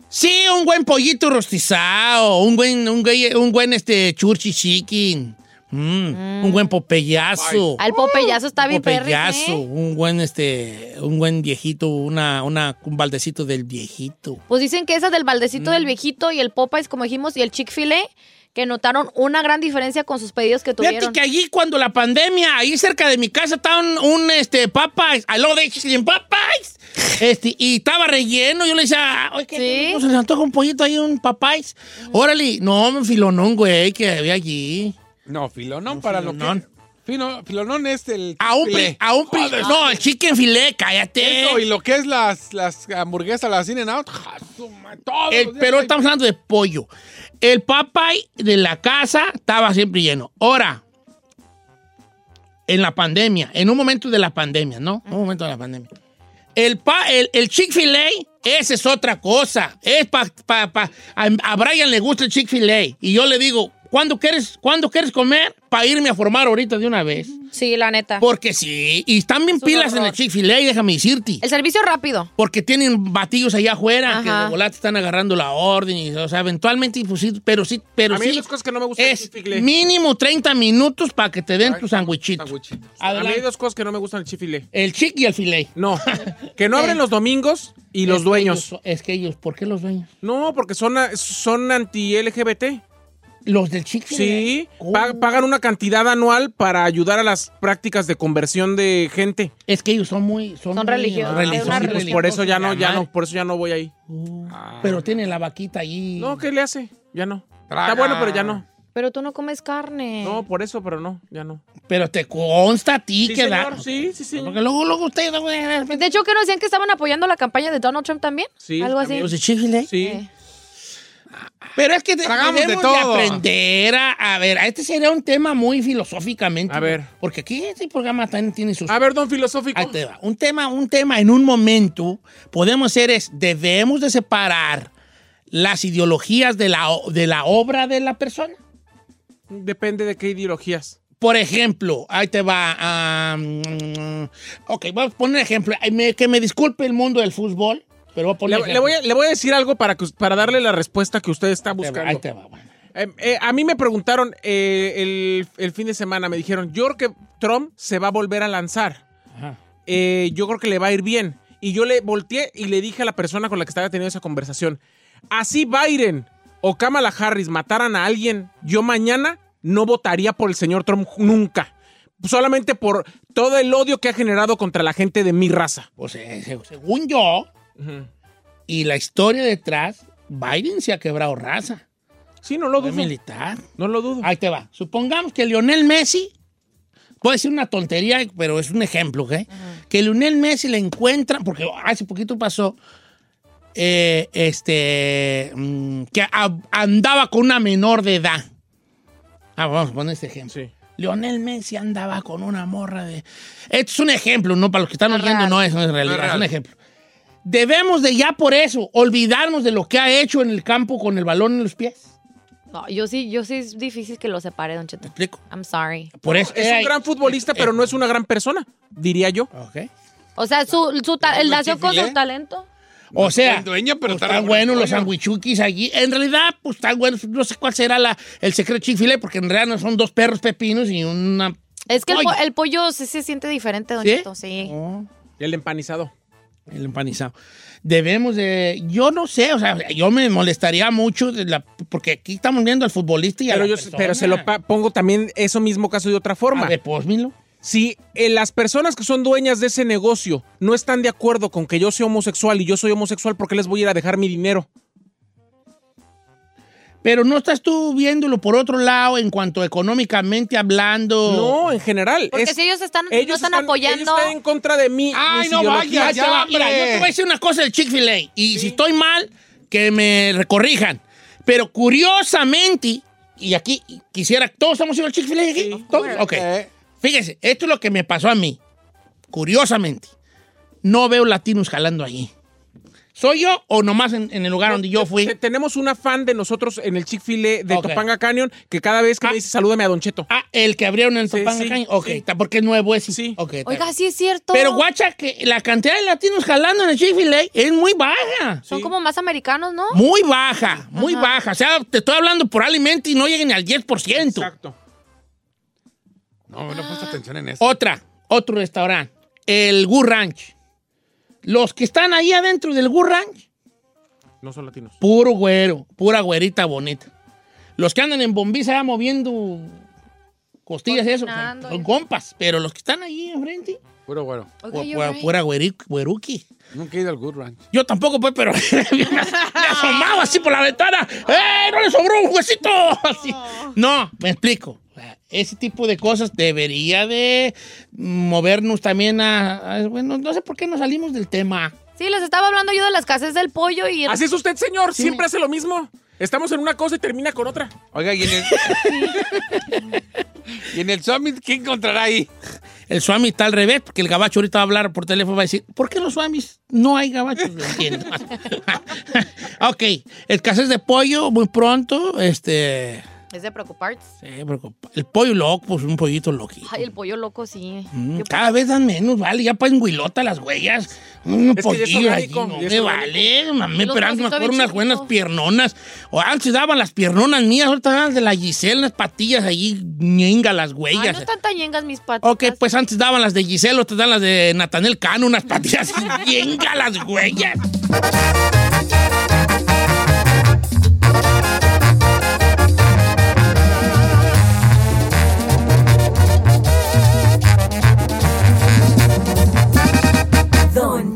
Speaker 2: Sí, un buen pollito rostizado, un buen, un güey- un buen este churchi chicken, mm, un buen popeyazo.
Speaker 1: Al popeyazo está bien ¿eh? perro.
Speaker 2: popeyazo, un buen este, un buen viejito, una, una, un baldecito del viejito.
Speaker 1: Pues dicen que esa del baldecito
Speaker 2: Mm.
Speaker 1: del viejito y el Popeyes, como dijimos, y el Chick-fil-A, que notaron una gran diferencia con sus pedidos que
Speaker 2: Fíjate
Speaker 1: tuvieron.
Speaker 2: que allí cuando la pandemia, ahí cerca de mi casa estaba un, un, este Popeyes, I love Chicken Popeyes. Este, y estaba relleno, yo le decía, "Ah, oye, ¿qué
Speaker 1: Sí.
Speaker 2: tenemos? se le antoja un pollito ahí, un Popeyes. Órale, no, un filonón, güey, que había allí.
Speaker 3: No, filonón para lo
Speaker 2: filonón.
Speaker 3: que... Fino- filonón es el...
Speaker 2: A un, pri- a un pri- no, el chicken filet, cállate.
Speaker 3: Eso, y lo que es las, las hamburguesas, las in and out, ja, su ma- todos
Speaker 2: El-
Speaker 3: los días
Speaker 2: eh, pero
Speaker 3: hay-
Speaker 2: estamos hablando de pollo. El Popeye de la casa estaba siempre lleno. Ahora, en la pandemia, en un momento de la pandemia, ¿no? Un momento de la pandemia. El, pa- el, el Chick-fil-A, esa es otra cosa. Es pa, pa- pa- a, a Brian le gusta el Chick-fil-A. Y yo le digo, ¿cuándo quieres, ¿cuándo quieres comer? Para irme a formar ahorita de una vez.
Speaker 1: Sí, la neta.
Speaker 2: Porque sí. Y están bien
Speaker 1: Es un
Speaker 2: pilas en el
Speaker 1: horror.
Speaker 2: Chick-fil-A, déjame decirte.
Speaker 1: El servicio rápido.
Speaker 2: Porque tienen batillos allá afuera que
Speaker 1: Ajá.
Speaker 2: de volate están agarrando la orden. Y, o sea, eventualmente, pues sí, pero sí, pero
Speaker 5: a mí hay
Speaker 2: sí.
Speaker 5: dos cosas que no me gustan del
Speaker 2: Es
Speaker 5: chifile.
Speaker 2: mínimo 30 minutos para que te den tu sandwichito.
Speaker 3: Sandwichitos.
Speaker 5: A mí hay
Speaker 2: Adelante.
Speaker 5: dos cosas que no me gustan del chifile.
Speaker 2: El chic y el filé.
Speaker 5: No, que no abren los domingos y los
Speaker 2: Eh, Es que
Speaker 5: dueños.
Speaker 2: ellos- es que ellos, ¿por qué los dueños?
Speaker 5: No, porque son, son anti-LGBT.
Speaker 2: Los del Oh. chic
Speaker 5: Sí, pa- pagan una cantidad anual para ayudar a las prácticas de conversión de gente.
Speaker 2: Es que ellos son muy. Son,
Speaker 1: Son
Speaker 2: muy
Speaker 1: religiosos.
Speaker 2: Ah, religiosos,
Speaker 1: Una
Speaker 5: Sí, pues por eso ya no,
Speaker 2: la
Speaker 5: ya
Speaker 2: madre.
Speaker 5: no, por eso ya no voy ahí.
Speaker 2: Pero tienen la vaquita ahí.
Speaker 5: No, ¿qué le hace? Ya no.
Speaker 3: Traga.
Speaker 5: Está bueno, pero ya no.
Speaker 1: Pero tú no comes carne.
Speaker 5: No, por eso, pero no, ya no.
Speaker 2: Pero te consta a ti
Speaker 5: Sí,
Speaker 2: que da-
Speaker 5: señor, sí, sí, sí.
Speaker 2: Porque luego, luego ustedes.
Speaker 1: De hecho, que no decían que estaban apoyando la campaña de Donald Trump también.
Speaker 5: pues, Sí,
Speaker 1: Algo así.
Speaker 2: Los de Chick-fil-A.
Speaker 5: Sí.
Speaker 1: Eh.
Speaker 2: Pero es que te-
Speaker 3: Tragamos de
Speaker 2: debemos de,
Speaker 3: todo.
Speaker 2: aprender a, a ver, este sería un tema muy filosóficamente.
Speaker 5: A ver. Ah,
Speaker 2: Porque aquí este programa también tiene sus...
Speaker 5: A ver, don filosófico.
Speaker 2: Ahí te va. Un tema, un tema en un momento podemos hacer es, debemos de separar las ideologías de la, o- de la obra de la persona.
Speaker 5: Depende de qué ideologías.
Speaker 2: Por ejemplo, ahí te va. ah, mm, ok, voy a poner un ejemplo. Ay, me- que me disculpe el mundo del fútbol, pero voy a poner
Speaker 5: Le, le voy a, le voy a decir algo para, que us- para darle la respuesta que usted está
Speaker 2: ejemplo.
Speaker 5: buscando.
Speaker 2: Ahí te va. bueno.
Speaker 5: Eh, eh, a mí me preguntaron eh, el, el fin de semana, me dijeron, yo creo que Trump se va a volver a lanzar.
Speaker 2: Ajá.
Speaker 5: Eh, yo creo que le va a ir bien. Y yo le volteé y le dije a la persona con la que estaba teniendo esa conversación, así Biden o Kamala Harris mataran a alguien, yo mañana no votaría por el señor Trump nunca. Solamente por todo el odio que ha generado contra la gente de mi raza.
Speaker 2: Pues, eh, se- según yo, y la historia detrás, Biden se ha quebrado raza.
Speaker 5: Sí, no lo
Speaker 2: Fue
Speaker 5: dudo.
Speaker 2: militar.
Speaker 5: No lo dudo.
Speaker 2: Ahí te va. Supongamos que Lionel Messi, puede ser una tontería, pero es un ejemplo, ¿ok? Que Lionel Messi le encuentra, porque hace poquito pasó, eh, este, mm, que a- andaba con una menor de edad. Ah, vamos a poner este ejemplo.
Speaker 5: Sí.
Speaker 2: Lionel Messi andaba con una morra de... Esto es un ejemplo, ¿no? Para los que están
Speaker 1: No es
Speaker 2: oyendo,
Speaker 1: real.
Speaker 2: no es, no es realidad,
Speaker 3: real.
Speaker 2: es un ejemplo. Debemos de ya por eso olvidarnos de lo que ha hecho en el campo con el balón en los pies.
Speaker 1: No, yo sí, yo sí es difícil que lo separe, Don Cheto.
Speaker 2: explico.
Speaker 1: I'm sorry.
Speaker 2: Por eso,
Speaker 5: Es
Speaker 2: eh,
Speaker 5: un gran futbolista, pero no es una gran persona, diría yo.
Speaker 1: O sea, su, su ta- él nació con
Speaker 2: chifilé.
Speaker 1: su talento.
Speaker 2: O sea, pues,
Speaker 3: está
Speaker 2: están
Speaker 3: re
Speaker 2: buenos los
Speaker 3: dueño.
Speaker 2: sandwichuquis allí. En realidad, pues están buenos. No sé cuál será la, el secreto chifile, porque en realidad no son dos perros pepinos y una.
Speaker 1: Es que el,
Speaker 2: Oye.
Speaker 1: po- el pollo sí se siente diferente, Don
Speaker 2: ¿Sí? Oh,
Speaker 1: Cheto, sí.
Speaker 5: Oh, El empanizado.
Speaker 2: El empanizado. Debemos de. Yo no sé, o sea, yo me molestaría mucho de la- porque aquí estamos viendo al futbolista y a
Speaker 5: Pero,
Speaker 2: la
Speaker 5: yo,
Speaker 2: persona.
Speaker 5: pero se lo pa- pongo también eso mismo caso de otra forma.
Speaker 2: A ver, pues, milo.
Speaker 5: Si eh, las personas que son dueñas de ese negocio no están de acuerdo con que yo sea homosexual y yo soy homosexual, ¿por qué les voy a ir a dejar mi dinero?
Speaker 2: Pero no estás tú viéndolo por otro lado en cuanto económicamente hablando.
Speaker 5: No, en general.
Speaker 1: Porque
Speaker 5: es-
Speaker 1: si ellos están, no
Speaker 5: ellos
Speaker 1: están,
Speaker 5: están-
Speaker 1: apoyando.
Speaker 5: ellos están en contra de mí.
Speaker 2: Ay,
Speaker 5: mis
Speaker 2: no
Speaker 5: ideologías.
Speaker 2: vayas, ya va. Mira, yo te voy a decir una cosa del Chick-fil-A. Y si estoy mal, que me recorrijan. Pero curiosamente, y aquí quisiera, ¿todos hemos ido al Chick-fil-A aquí? ¿Todos? Ok. Fíjense, esto es lo que me pasó a mí. Curiosamente, no veo latinos jalando allí. ¿Soy yo o nomás en, en el lugar donde yo fui?
Speaker 5: Te- Tenemos una fan de nosotros en el Chick-fil-A de
Speaker 2: Ok.
Speaker 5: Topanga Canyon que cada vez que me dice salúdame a Don Cheto.
Speaker 2: Ah, el que abrieron en
Speaker 5: Sí,
Speaker 2: Topanga
Speaker 5: sí,
Speaker 2: Canyon. Ok,
Speaker 5: sí.
Speaker 2: está porque es nuevo ese. Sí.
Speaker 1: Oiga, sí es cierto.
Speaker 2: Pero guacha, que la cantidad de latinos jalando en el Chick-fil-A es muy baja.
Speaker 1: Son como más americanos, ¿no?
Speaker 2: Muy baja, muy baja. O sea, te estoy hablando por alimento y no lleguen al 10%.
Speaker 5: Exacto.
Speaker 3: No, no he puesto atención en eso.
Speaker 2: Otra, otro restaurante, el Gur Ranch. Los que están ahí adentro del Gur Ranch,
Speaker 5: No son latinos.
Speaker 2: puro güero, pura güerita bonita. Los que andan en bombiza ya moviendo costillas y eso, son,
Speaker 1: Cocinando.
Speaker 2: son compas. Pero los que están ahí enfrente,
Speaker 3: Puro bueno.
Speaker 1: Oiga,
Speaker 2: pu-
Speaker 1: you're
Speaker 2: pura,
Speaker 1: right.
Speaker 2: pura güeri- güeruqui.
Speaker 3: Nunca he ido al Good Ranch.
Speaker 2: Yo tampoco, pues, pero me asomaba así por la ventana. ¡Eh, no le sobró un huesito! Así. No, me explico. Ese tipo de cosas debería de movernos también a... a- bueno, no sé por qué nos salimos del tema.
Speaker 1: Sí, les estaba hablando yo de las casas del pollo y...
Speaker 5: Así es usted, señor.
Speaker 2: Sí.
Speaker 5: Siempre hace lo mismo. Estamos en una cosa y termina con otra.
Speaker 3: Oiga, ¿y en el, ¿y en el Summit qué encontrará ahí?
Speaker 2: El swami está al revés, porque el gabacho ahorita va a hablar por teléfono y va a decir, ¿por qué los swamis no hay gabachos? No entiendo. ok, escasez de pollo muy pronto. Este...
Speaker 1: Es de preocuparse.
Speaker 2: sí, preocupa- El pollo loco, pues un pollito loquito.
Speaker 1: Ay, el pollo loco, sí.
Speaker 2: Mm,
Speaker 1: Qué
Speaker 2: Cada vez dan menos, vale. Ya en huilota las huellas. Un
Speaker 5: Es que ya es
Speaker 2: pollillo allí,
Speaker 5: orgánico,
Speaker 2: no
Speaker 5: ya es
Speaker 2: me
Speaker 5: orgánico.
Speaker 2: vale. Mami,
Speaker 1: Y los
Speaker 2: pero antes me
Speaker 1: trocitos
Speaker 2: acuerdo
Speaker 1: bien
Speaker 2: unas buenas
Speaker 1: chiquitos.
Speaker 2: piernonas. O antes daban las piernonas mías, ahorita dan las de la Giselle, las patillas allí, ñenga, las
Speaker 1: Ay, no
Speaker 2: huellas.
Speaker 1: están tan ñengas mis patas.
Speaker 2: ok, pues antes daban las de Giselle, ahorita dan las de Natanel Cano, unas patillas ñenga, las huellas.
Speaker 9: Don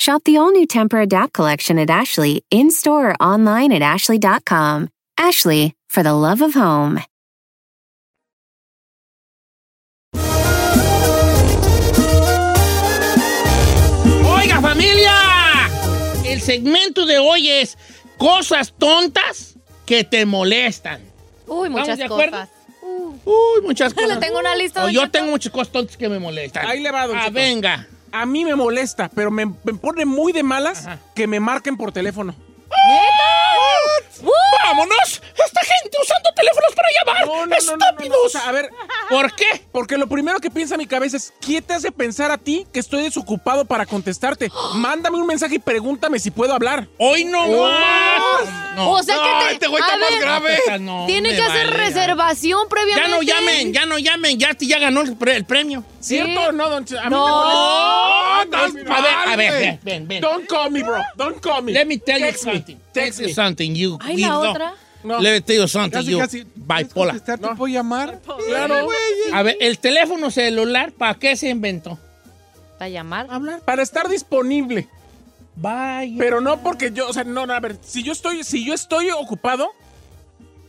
Speaker 10: Shop the all new Temper Adapt collection at Ashley in store or online at ashley.com. Ashley, for the love of home.
Speaker 2: Oiga familia, el segmento de hoy es cosas tontas que te molestan.
Speaker 1: Uy,
Speaker 2: ¿Estamos
Speaker 1: muchas
Speaker 2: de acuerdo?
Speaker 1: cosas.
Speaker 2: Uy, muchas cosas.
Speaker 1: Lo tengo una lista.
Speaker 2: O
Speaker 1: don
Speaker 2: yo
Speaker 1: Cheto.
Speaker 2: tengo muchas cosas tontas que me molestan.
Speaker 5: Ahí le va, don
Speaker 2: Ah,
Speaker 5: Cheto.
Speaker 2: venga.
Speaker 5: A mí me molesta, pero me, me pone muy de malas que me marquen por teléfono.
Speaker 2: ¡Vámonos! ¡Esta gente usando teléfonos para llamar!
Speaker 5: ¡Estúpidos! O sea, a ver,
Speaker 2: ¿por qué?
Speaker 5: Porque lo primero que piensa mi cabeza es, ¿qué te hace pensar a ti que estoy desocupado para contestarte? Mándame un mensaje y pregúntame si puedo hablar.
Speaker 2: ¡Hoy no
Speaker 5: más!
Speaker 1: o sea que
Speaker 2: este
Speaker 1: te, a ver, tiene
Speaker 2: me
Speaker 1: que hacer
Speaker 2: vale, ya.
Speaker 1: reservación
Speaker 2: Ya
Speaker 1: previamente.
Speaker 2: no llamen, ya no llamen, ya, este ya ganó el, pre- el premio.
Speaker 5: ¿Cierto o no, don Ch- A mí
Speaker 2: No.
Speaker 5: me molesta.
Speaker 2: No, no, a ver, a ver, ven, ven, ven.
Speaker 5: Don't call me, bro. Don't call me.
Speaker 2: Let me tell
Speaker 5: Text
Speaker 2: you
Speaker 5: me.
Speaker 2: something.
Speaker 5: Text
Speaker 2: Text
Speaker 5: me.
Speaker 2: something, you
Speaker 5: Ay, la
Speaker 2: weirdo.
Speaker 5: otra. No.
Speaker 2: Let me tell you something,
Speaker 3: Casi,
Speaker 2: you
Speaker 3: casi.
Speaker 2: bipolar.
Speaker 3: ¿Te puedo llamar?
Speaker 5: Claro.
Speaker 2: A ver, el teléfono celular, ¿para qué se inventó?
Speaker 1: Para llamar.
Speaker 2: Hablar.
Speaker 5: Para estar disponible.
Speaker 2: Vaya.
Speaker 5: Pero no porque yo, o sea, no, no, a ver, si yo estoy, si yo estoy ocupado,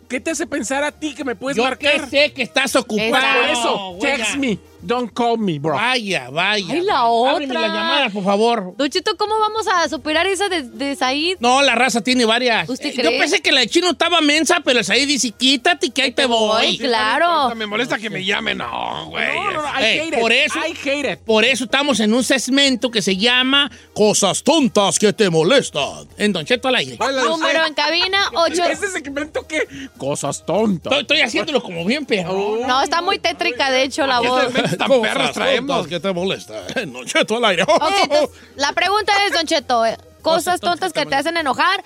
Speaker 5: ¿qué te hace pensar a ti que me puedes
Speaker 2: Yo
Speaker 5: marcar?
Speaker 2: que sé que estás ocupado.
Speaker 5: Por eso,
Speaker 2: güey,
Speaker 5: text
Speaker 2: ya. Ah,
Speaker 5: me, don't call me, bro.
Speaker 2: Vaya, vaya.
Speaker 1: Ay, la
Speaker 2: Ábreme
Speaker 1: otra.
Speaker 2: la llamada, por favor.
Speaker 1: Don Cheto, ¿cómo vamos a superar esa de, de Said?
Speaker 2: No, la raza tiene varias.
Speaker 1: ¿Usted
Speaker 2: Eh,
Speaker 1: cree?
Speaker 2: Yo pensé que la de chino estaba mensa, pero el Said dice, quítate que ahí te voy.
Speaker 1: voy, claro.
Speaker 3: Me molesta que me llamen. No, güey.
Speaker 2: Eh, por eso, por eso estamos en un segmento que se llama Cosas tontas que te molestan. En Don Cheto al aire.
Speaker 1: Número en cabina, 8.
Speaker 5: Ese segmento que... Cosas tontas.
Speaker 2: Estoy, estoy haciéndolo como bien perro.
Speaker 1: No, está muy tétrica, de hecho, la voz.
Speaker 2: Cosas
Speaker 3: perros traemos.
Speaker 2: tontas que te molestan. En Don Cheto al aire. Oh,
Speaker 1: Ok, entonces, la pregunta es, Don Cheto, eh, cosas tontas que te hacen enojar.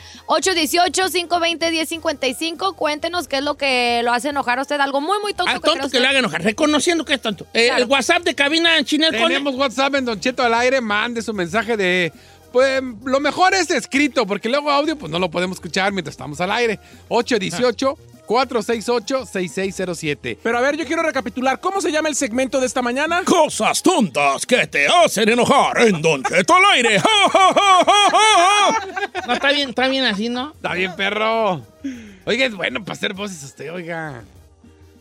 Speaker 1: 818-520-1055. Cuéntenos qué es lo que lo hace enojar a usted. Algo muy, muy tonto.
Speaker 2: Al Ah, tonto que
Speaker 1: cree
Speaker 2: le haga enojar, reconociendo que es tonto. Eh, El WhatsApp de cabina en China
Speaker 3: Tenemos WhatsApp en Don Cheto al aire, mande su mensaje de... Pues lo mejor es escrito, porque luego audio pues no lo podemos escuchar mientras estamos al aire. 818-468-6607.
Speaker 5: Pero a ver, yo quiero recapitular, ¿cómo se llama el segmento de esta mañana?
Speaker 2: Cosas tontas que te hacen enojar en Don Cheto al aire. Oh, no, está bien, oh. está bien así, ¿no?
Speaker 3: Está bien, perro. Oiga, es bueno para hacer voces usted, oiga.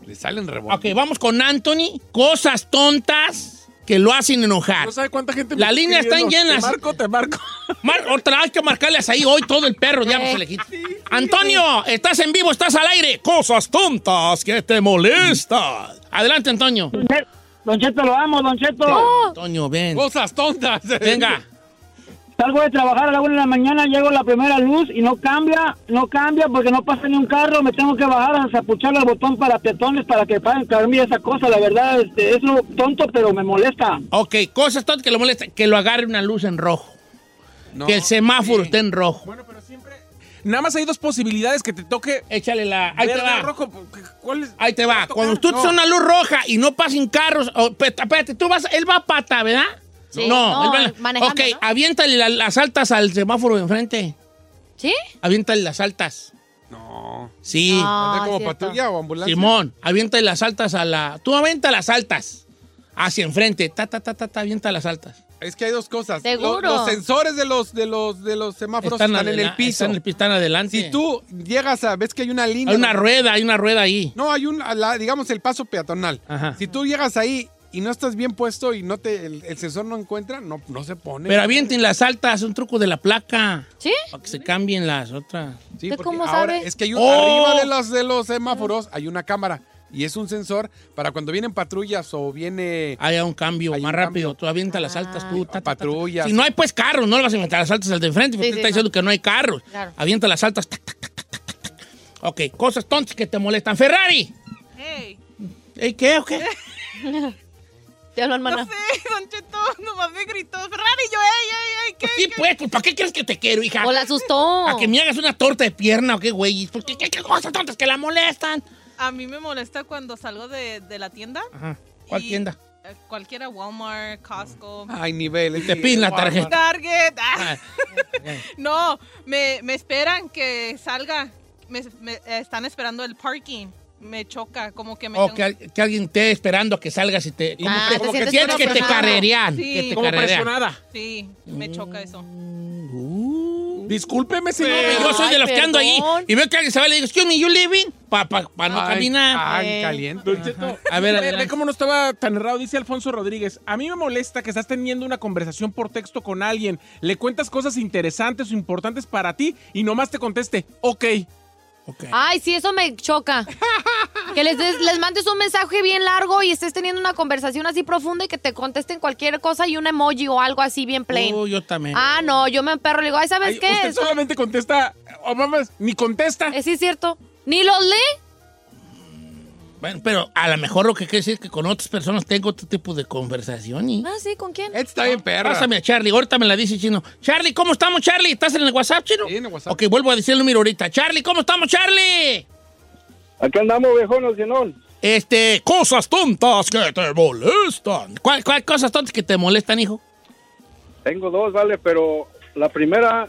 Speaker 3: Le salen rebotes.
Speaker 2: Ok, vamos con Anthony. Cosas tontas que lo hacen enojar.
Speaker 5: No sabe cuánta gente me
Speaker 2: La línea está
Speaker 5: escribiendo.
Speaker 2: llena.
Speaker 5: Te marco, te marco.
Speaker 2: Mar- otra hay que marcarles ahí hoy todo el perro, ya no se le quita. Antonio, estás en vivo, estás al aire. Cosas tontas que te molestan. Adelante, Antonio.
Speaker 7: Don Cheto, lo amo, Don Cheto.
Speaker 2: Antonio, ven.
Speaker 3: Cosas tontas.
Speaker 2: Venga.
Speaker 5: eh,
Speaker 7: Salgo de trabajar a la una de la mañana, llego a la primera luz y no cambia, no cambia porque no pasa ni un carro, me tengo que bajar a zapuchar el botón para peatones para que paguen cambie esa cosa, la verdad, este, es lo tonto pero me molesta.
Speaker 2: Ok, cosas tontas que lo molestan. Que lo agarre una luz en rojo. que el semáforo esté en rojo.
Speaker 5: Nada más hay dos posibilidades que te toque.
Speaker 2: Échale la. Ahí te
Speaker 5: verde
Speaker 2: va.
Speaker 5: o rojo. ¿Cuál es?
Speaker 2: Ahí te va.
Speaker 5: tocar?
Speaker 2: Cuando tú
Speaker 5: No.
Speaker 2: estás en una luz roja y no pasen carros. o- pe- espérate, tú vas. Él va a pata, ¿verdad?
Speaker 1: Sí.
Speaker 2: No,
Speaker 1: No,
Speaker 2: él va-
Speaker 1: manejando,
Speaker 2: Ok,
Speaker 1: ¿no?
Speaker 2: aviéntale la- las altas al semáforo de enfrente.
Speaker 1: ¿Sí?
Speaker 2: Aviéntale las altas.
Speaker 3: No.
Speaker 2: Sí.
Speaker 1: No,
Speaker 3: ¿Como
Speaker 1: Ah, cierto.
Speaker 3: patrulla o ambulancia?
Speaker 2: Simón, avienta las altas a la. Tú avienta las altas. Hacia enfrente. Ta, ta, ta, ta, ta, avienta las altas.
Speaker 3: Es que hay dos cosas. Lo-
Speaker 1: Seguro.
Speaker 3: Los, sensores de los, de los, de los semáforos están, en
Speaker 2: adela-
Speaker 3: el piso.
Speaker 2: Están, en el piso, están adelante.
Speaker 3: Si tú llegas a... ¿Ves que hay una línea?
Speaker 2: Hay una rueda, hay una rueda ahí.
Speaker 3: No, hay un, la- digamos, el paso peatonal.
Speaker 2: Ajá.
Speaker 3: Si tú llegas ahí y no estás bien puesto y no te, el, el sensor no encuentra, no, no se pone.
Speaker 2: Pero avienten las altas, un truco de la placa.
Speaker 1: ¿Sí?
Speaker 2: Para que se cambien las otras.
Speaker 3: Sí,
Speaker 1: ¿Usted
Speaker 3: porque
Speaker 1: cómo
Speaker 3: ahora
Speaker 1: sabe?
Speaker 3: Es que hay un-
Speaker 2: ¡Oh!
Speaker 3: arriba de los, de los semáforos hay una cámara. y es un sensor para cuando vienen patrullas o viene...
Speaker 2: Haya un cambio más rápido, tú avienta las altas tú.
Speaker 3: Patrullas.
Speaker 2: Si no hay pues carros, no le vas a inventar las altas al de enfrente, porque
Speaker 3: Sí,
Speaker 2: usted
Speaker 3: sí, no.
Speaker 2: está diciendo que no hay carros.
Speaker 3: Claro.
Speaker 2: Avienta las altas. tac, tac, tac, tac, tac, tac, tac. Ok, cosas tontas que te molestan. Ferrari.
Speaker 4: Hey.
Speaker 2: ¿Ey, ¿Qué o qué?
Speaker 1: Te hablo, hermana.
Speaker 4: No sé, Don Cheto, nomás me gritó Ferrari y yo, ey, ey, ey, ¿qué?
Speaker 2: Sí, pues, pues, ¿para qué crees que te quiero, hija?
Speaker 1: O la asustó.
Speaker 2: ¿A que me hagas una torta de pierna o qué, güey? ¿Por qué, qué, qué cosas tontas que la molestan?
Speaker 4: A mí me molesta cuando salgo de, de la tienda.
Speaker 2: Ajá. ¿Cuál
Speaker 4: y-
Speaker 2: tienda?
Speaker 4: eh, Cualquiera, Walmart, Costco.
Speaker 3: Ay, niveles.
Speaker 2: Te piden la tarjeta.
Speaker 4: Target. ah. no, me, me esperan que salga. Me, me, eh, están esperando el parking. Me choca, como que me...
Speaker 2: O
Speaker 4: tengo-
Speaker 2: que, al- que alguien esté esperando que salgas y te... Como,
Speaker 4: Ah,
Speaker 2: que-
Speaker 4: te
Speaker 2: como que
Speaker 4: sientes
Speaker 2: sientes que te
Speaker 4: presionado.
Speaker 2: carrerían.
Speaker 4: Sí.
Speaker 2: Que te
Speaker 4: Como
Speaker 2: carrerían.
Speaker 4: presionada. Sí, me choca eso.
Speaker 5: Discúlpeme, señor.
Speaker 2: Pero yo soy de los que ando ahí y veo que alguien se va y le digo, excuse me, you living? Para pa, pa no
Speaker 5: Ay,
Speaker 2: caminar. Eh,
Speaker 5: ay,
Speaker 2: caliente.
Speaker 5: Don Cheto,
Speaker 2: A ver,
Speaker 5: ve- ve,
Speaker 2: adelante.
Speaker 5: cómo no estaba tan errado. Dice Alfonso Rodríguez, a mí me molesta que estás teniendo una conversación por texto con alguien, le cuentas cosas interesantes o importantes para ti y nomás te conteste, ok.
Speaker 1: Ay, sí, eso me choca. Que les, des- les mandes un mensaje bien largo y estés teniendo una conversación así profunda y que te contesten cualquier cosa y un emoji o algo así bien plain.
Speaker 2: Oh, yo también.
Speaker 1: ah, no, yo me emperro. Le digo, ay, ¿sabes
Speaker 5: Ay,
Speaker 1: qué?
Speaker 5: Usted
Speaker 1: Eso-
Speaker 5: solamente contesta, o mamas, ni contesta.
Speaker 1: eh, sí es cierto. ¿Ni los lee?
Speaker 2: Bueno, pero a lo mejor lo que quiere decir es que con otras personas tengo otro tipo de conversación y...
Speaker 1: Ah, sí, ¿con quién?
Speaker 2: Pásame a Charlie, ahorita me la dice Chino. Charlie, ¿cómo estamos, Charlie? ¿Estás en el WhatsApp, Chino? Sí, en el WhatsApp. Ok, vuelvo a decir el número ahorita. Charlie, ¿cómo estamos, Charlie?
Speaker 11: Aquí andamos, viejones, llenón.
Speaker 2: Este, cosas tontas que te molestan. ¿Cuál, cuál cosas tontas que te molestan, hijo?
Speaker 11: Tengo dos, vale, pero la primera,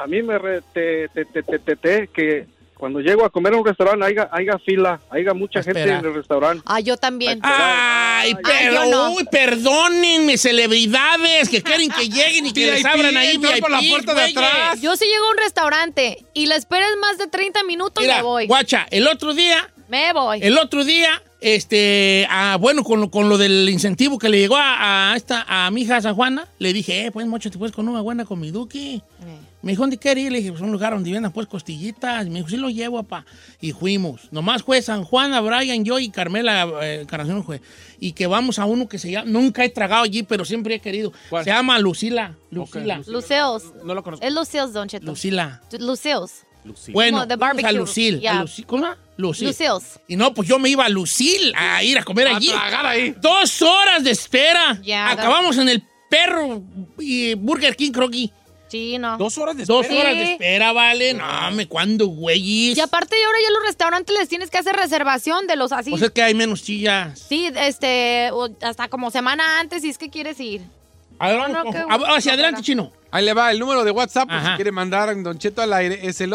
Speaker 11: a mí me re- te, te, te, te, te- te- que cuando llego a comer a un restaurante, haya, haya fila, haya mucha gente
Speaker 2: Espera.
Speaker 11: en el restaurante.
Speaker 1: Ah, yo también.
Speaker 2: Ay, pero,
Speaker 1: yo no.
Speaker 2: uy, perdónenme, celebridades que quieren que lleguen y que les abran ahí
Speaker 3: entrar por la
Speaker 2: VIP,
Speaker 3: puerta de
Speaker 2: güeyes.
Speaker 1: Yo si llego a un restaurante y la esperas más de 30 minutos,
Speaker 2: Mira,
Speaker 1: me voy.
Speaker 2: guacha, el otro día,
Speaker 1: Me voy.
Speaker 2: el otro día, este, ah, bueno, con lo, con lo del incentivo que le llegó a, a esta, a mi hija San Juana, le dije, eh, pues, mucho te puedes con una buena con mi
Speaker 1: Eh.
Speaker 2: duque. Me dijo, ¿dónde quiere ir? Le dije, pues un lugar donde vienen pues costillitas. Y me dijo, sí lo llevo, papá. Y fuimos. Nomás fue San Juana, Brian, yo y Carmela eh, Encarnación fue. Y que vamos a uno que se llama, nunca he tragado allí, pero siempre he querido. Se llama Lucila. Lucila.
Speaker 1: Luceos.
Speaker 5: No lo conozco.
Speaker 1: Es Luceos, Don Cheto.
Speaker 2: Lucila.
Speaker 1: Luceos.
Speaker 2: Bueno,
Speaker 1: Como de
Speaker 2: fuimos a
Speaker 1: barbecue,
Speaker 2: Lucil. A
Speaker 1: ya.
Speaker 2: Lucil ¿Cómo era? Lucil.
Speaker 1: Luceos.
Speaker 2: Y no, pues yo me iba a Lucil a ir a comer
Speaker 1: A
Speaker 2: allí.
Speaker 1: tragar
Speaker 3: ahí.
Speaker 2: Dos horas de espera.
Speaker 1: Ya,
Speaker 2: Acabamos en el perro y Burger King, creo que.
Speaker 1: Sí, no.
Speaker 5: Dos horas de
Speaker 2: Dos
Speaker 1: espera.
Speaker 2: horas de
Speaker 1: Sí.
Speaker 2: espera, vale. No, me cuando, güey.
Speaker 1: Y aparte, ahora ya los restaurantes les tienes que hacer reservación de los así.
Speaker 2: Pues es que hay menos sillas.
Speaker 1: Sí, este, o hasta como semana antes, si es que quieres ir.
Speaker 2: A ver, vamos
Speaker 1: No, no,
Speaker 2: con-
Speaker 1: qué
Speaker 2: a-
Speaker 1: gusto,
Speaker 2: hacia adelante,
Speaker 1: cara.
Speaker 2: chino.
Speaker 3: Ahí le va el número de WhatsApp, por si quiere mandar a Don Cheto al aire, es el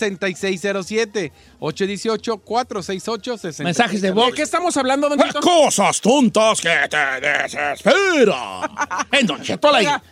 Speaker 3: 818-468-6607. 818-468-6607.
Speaker 2: Mensajes de voz. Ah,
Speaker 3: voz.
Speaker 2: ¿De qué
Speaker 5: estamos hablando, Don
Speaker 3: Cheto?
Speaker 2: Cosas tontas que te desesperan. en Don Cheto al aire.
Speaker 5: Oiga,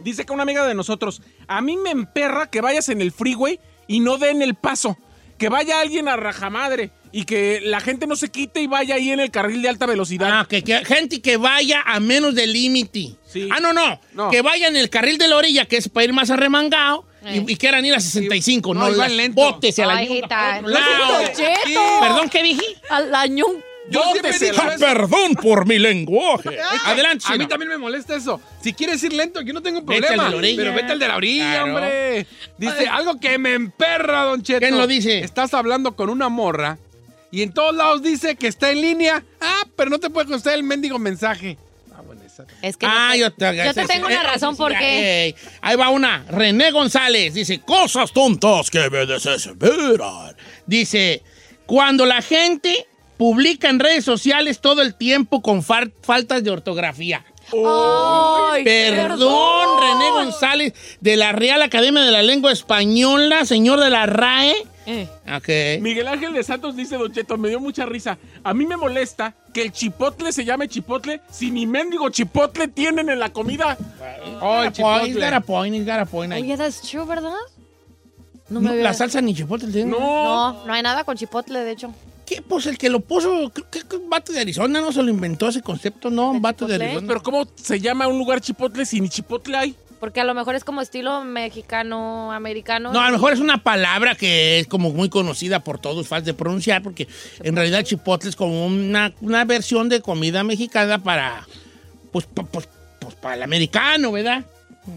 Speaker 5: Dice que una amiga de nosotros, a mí me emperra que vayas en el freeway y no den el paso. Que vaya alguien a rajamadre y que la gente no se quite y vaya ahí en el carril de alta velocidad.
Speaker 2: Ah, que, que gente que vaya a menos del límite. Ah, no, no,
Speaker 5: No.
Speaker 2: Que vaya en el carril de la orilla, que es para ir más arremangado.
Speaker 5: Eh.
Speaker 2: Y, y quieran ir a 65,
Speaker 3: No,
Speaker 2: no,
Speaker 3: y van
Speaker 2: las-
Speaker 3: lento.
Speaker 2: bótese a la
Speaker 1: Ay,
Speaker 2: ñunga
Speaker 1: hijita.
Speaker 2: por otro lado.
Speaker 1: Don Cheto.
Speaker 2: Sí. Perdón, ¿qué dije?
Speaker 1: A la ñun-
Speaker 3: Yo siempre he dicho eso.
Speaker 2: Perdón por mi lenguaje. Adelante,
Speaker 3: A mí
Speaker 2: Chino.
Speaker 3: también me molesta eso. Si quieres ir lento, yo no tengo
Speaker 2: Vete
Speaker 3: problema.
Speaker 2: al de la orilla.
Speaker 3: Pero vete al de la orilla,
Speaker 2: Claro.
Speaker 3: hombre. Dice algo que me emperra, Don Cheto.
Speaker 2: ¿Quién lo dice?
Speaker 3: Estás hablando con una morra y en todos lados dice que está en línea. Ah, pero no te puede contestar el mendigo mensaje.
Speaker 1: Es
Speaker 3: que
Speaker 2: Ah, yo te,
Speaker 3: yo te tengo
Speaker 2: Eh,
Speaker 3: una razón por qué.
Speaker 2: Ey, Ahí va una. René González dice, cosas tontas que me desesperan. Dice, cuando la gente publica en redes sociales todo el tiempo con far- faltas de ortografía.
Speaker 5: Oh.
Speaker 1: Ay,
Speaker 2: perdón,
Speaker 1: perdón.
Speaker 2: René González de la Real Academia de la Lengua Española, señor de la RAE.
Speaker 3: Eh.
Speaker 2: Ok.
Speaker 5: Miguel Ángel de Santos dice, Don Cheto, me dio mucha risa. A mí me molesta que el chipotle se llame chipotle si ni mendigo chipotle tienen en la comida.
Speaker 2: Oh, el chipotle.
Speaker 3: Pues,
Speaker 2: He's got a point, he's got a point ahí.
Speaker 1: Oye, that's true, ¿verdad?
Speaker 2: No,
Speaker 1: No me
Speaker 2: la
Speaker 1: había-
Speaker 2: salsa ni chipotle tiene.
Speaker 1: No, no hay nada con chipotle, de hecho.
Speaker 2: ¿Qué? Pues el que lo puso, creo que que un vato de Arizona no se lo inventó ese concepto, no, un vato de
Speaker 5: Pues,
Speaker 2: Arizona.
Speaker 5: Pero ¿cómo se llama un lugar chipotle si ni chipotle hay?
Speaker 1: Porque a lo mejor es como estilo mexicano, americano.
Speaker 2: No, a lo mejor es una palabra que es como muy conocida por todos, fácil de pronunciar, porque en realidad chipotle es como una, una versión de comida mexicana para, pues, pa- pues, pues, para el americano, ¿verdad?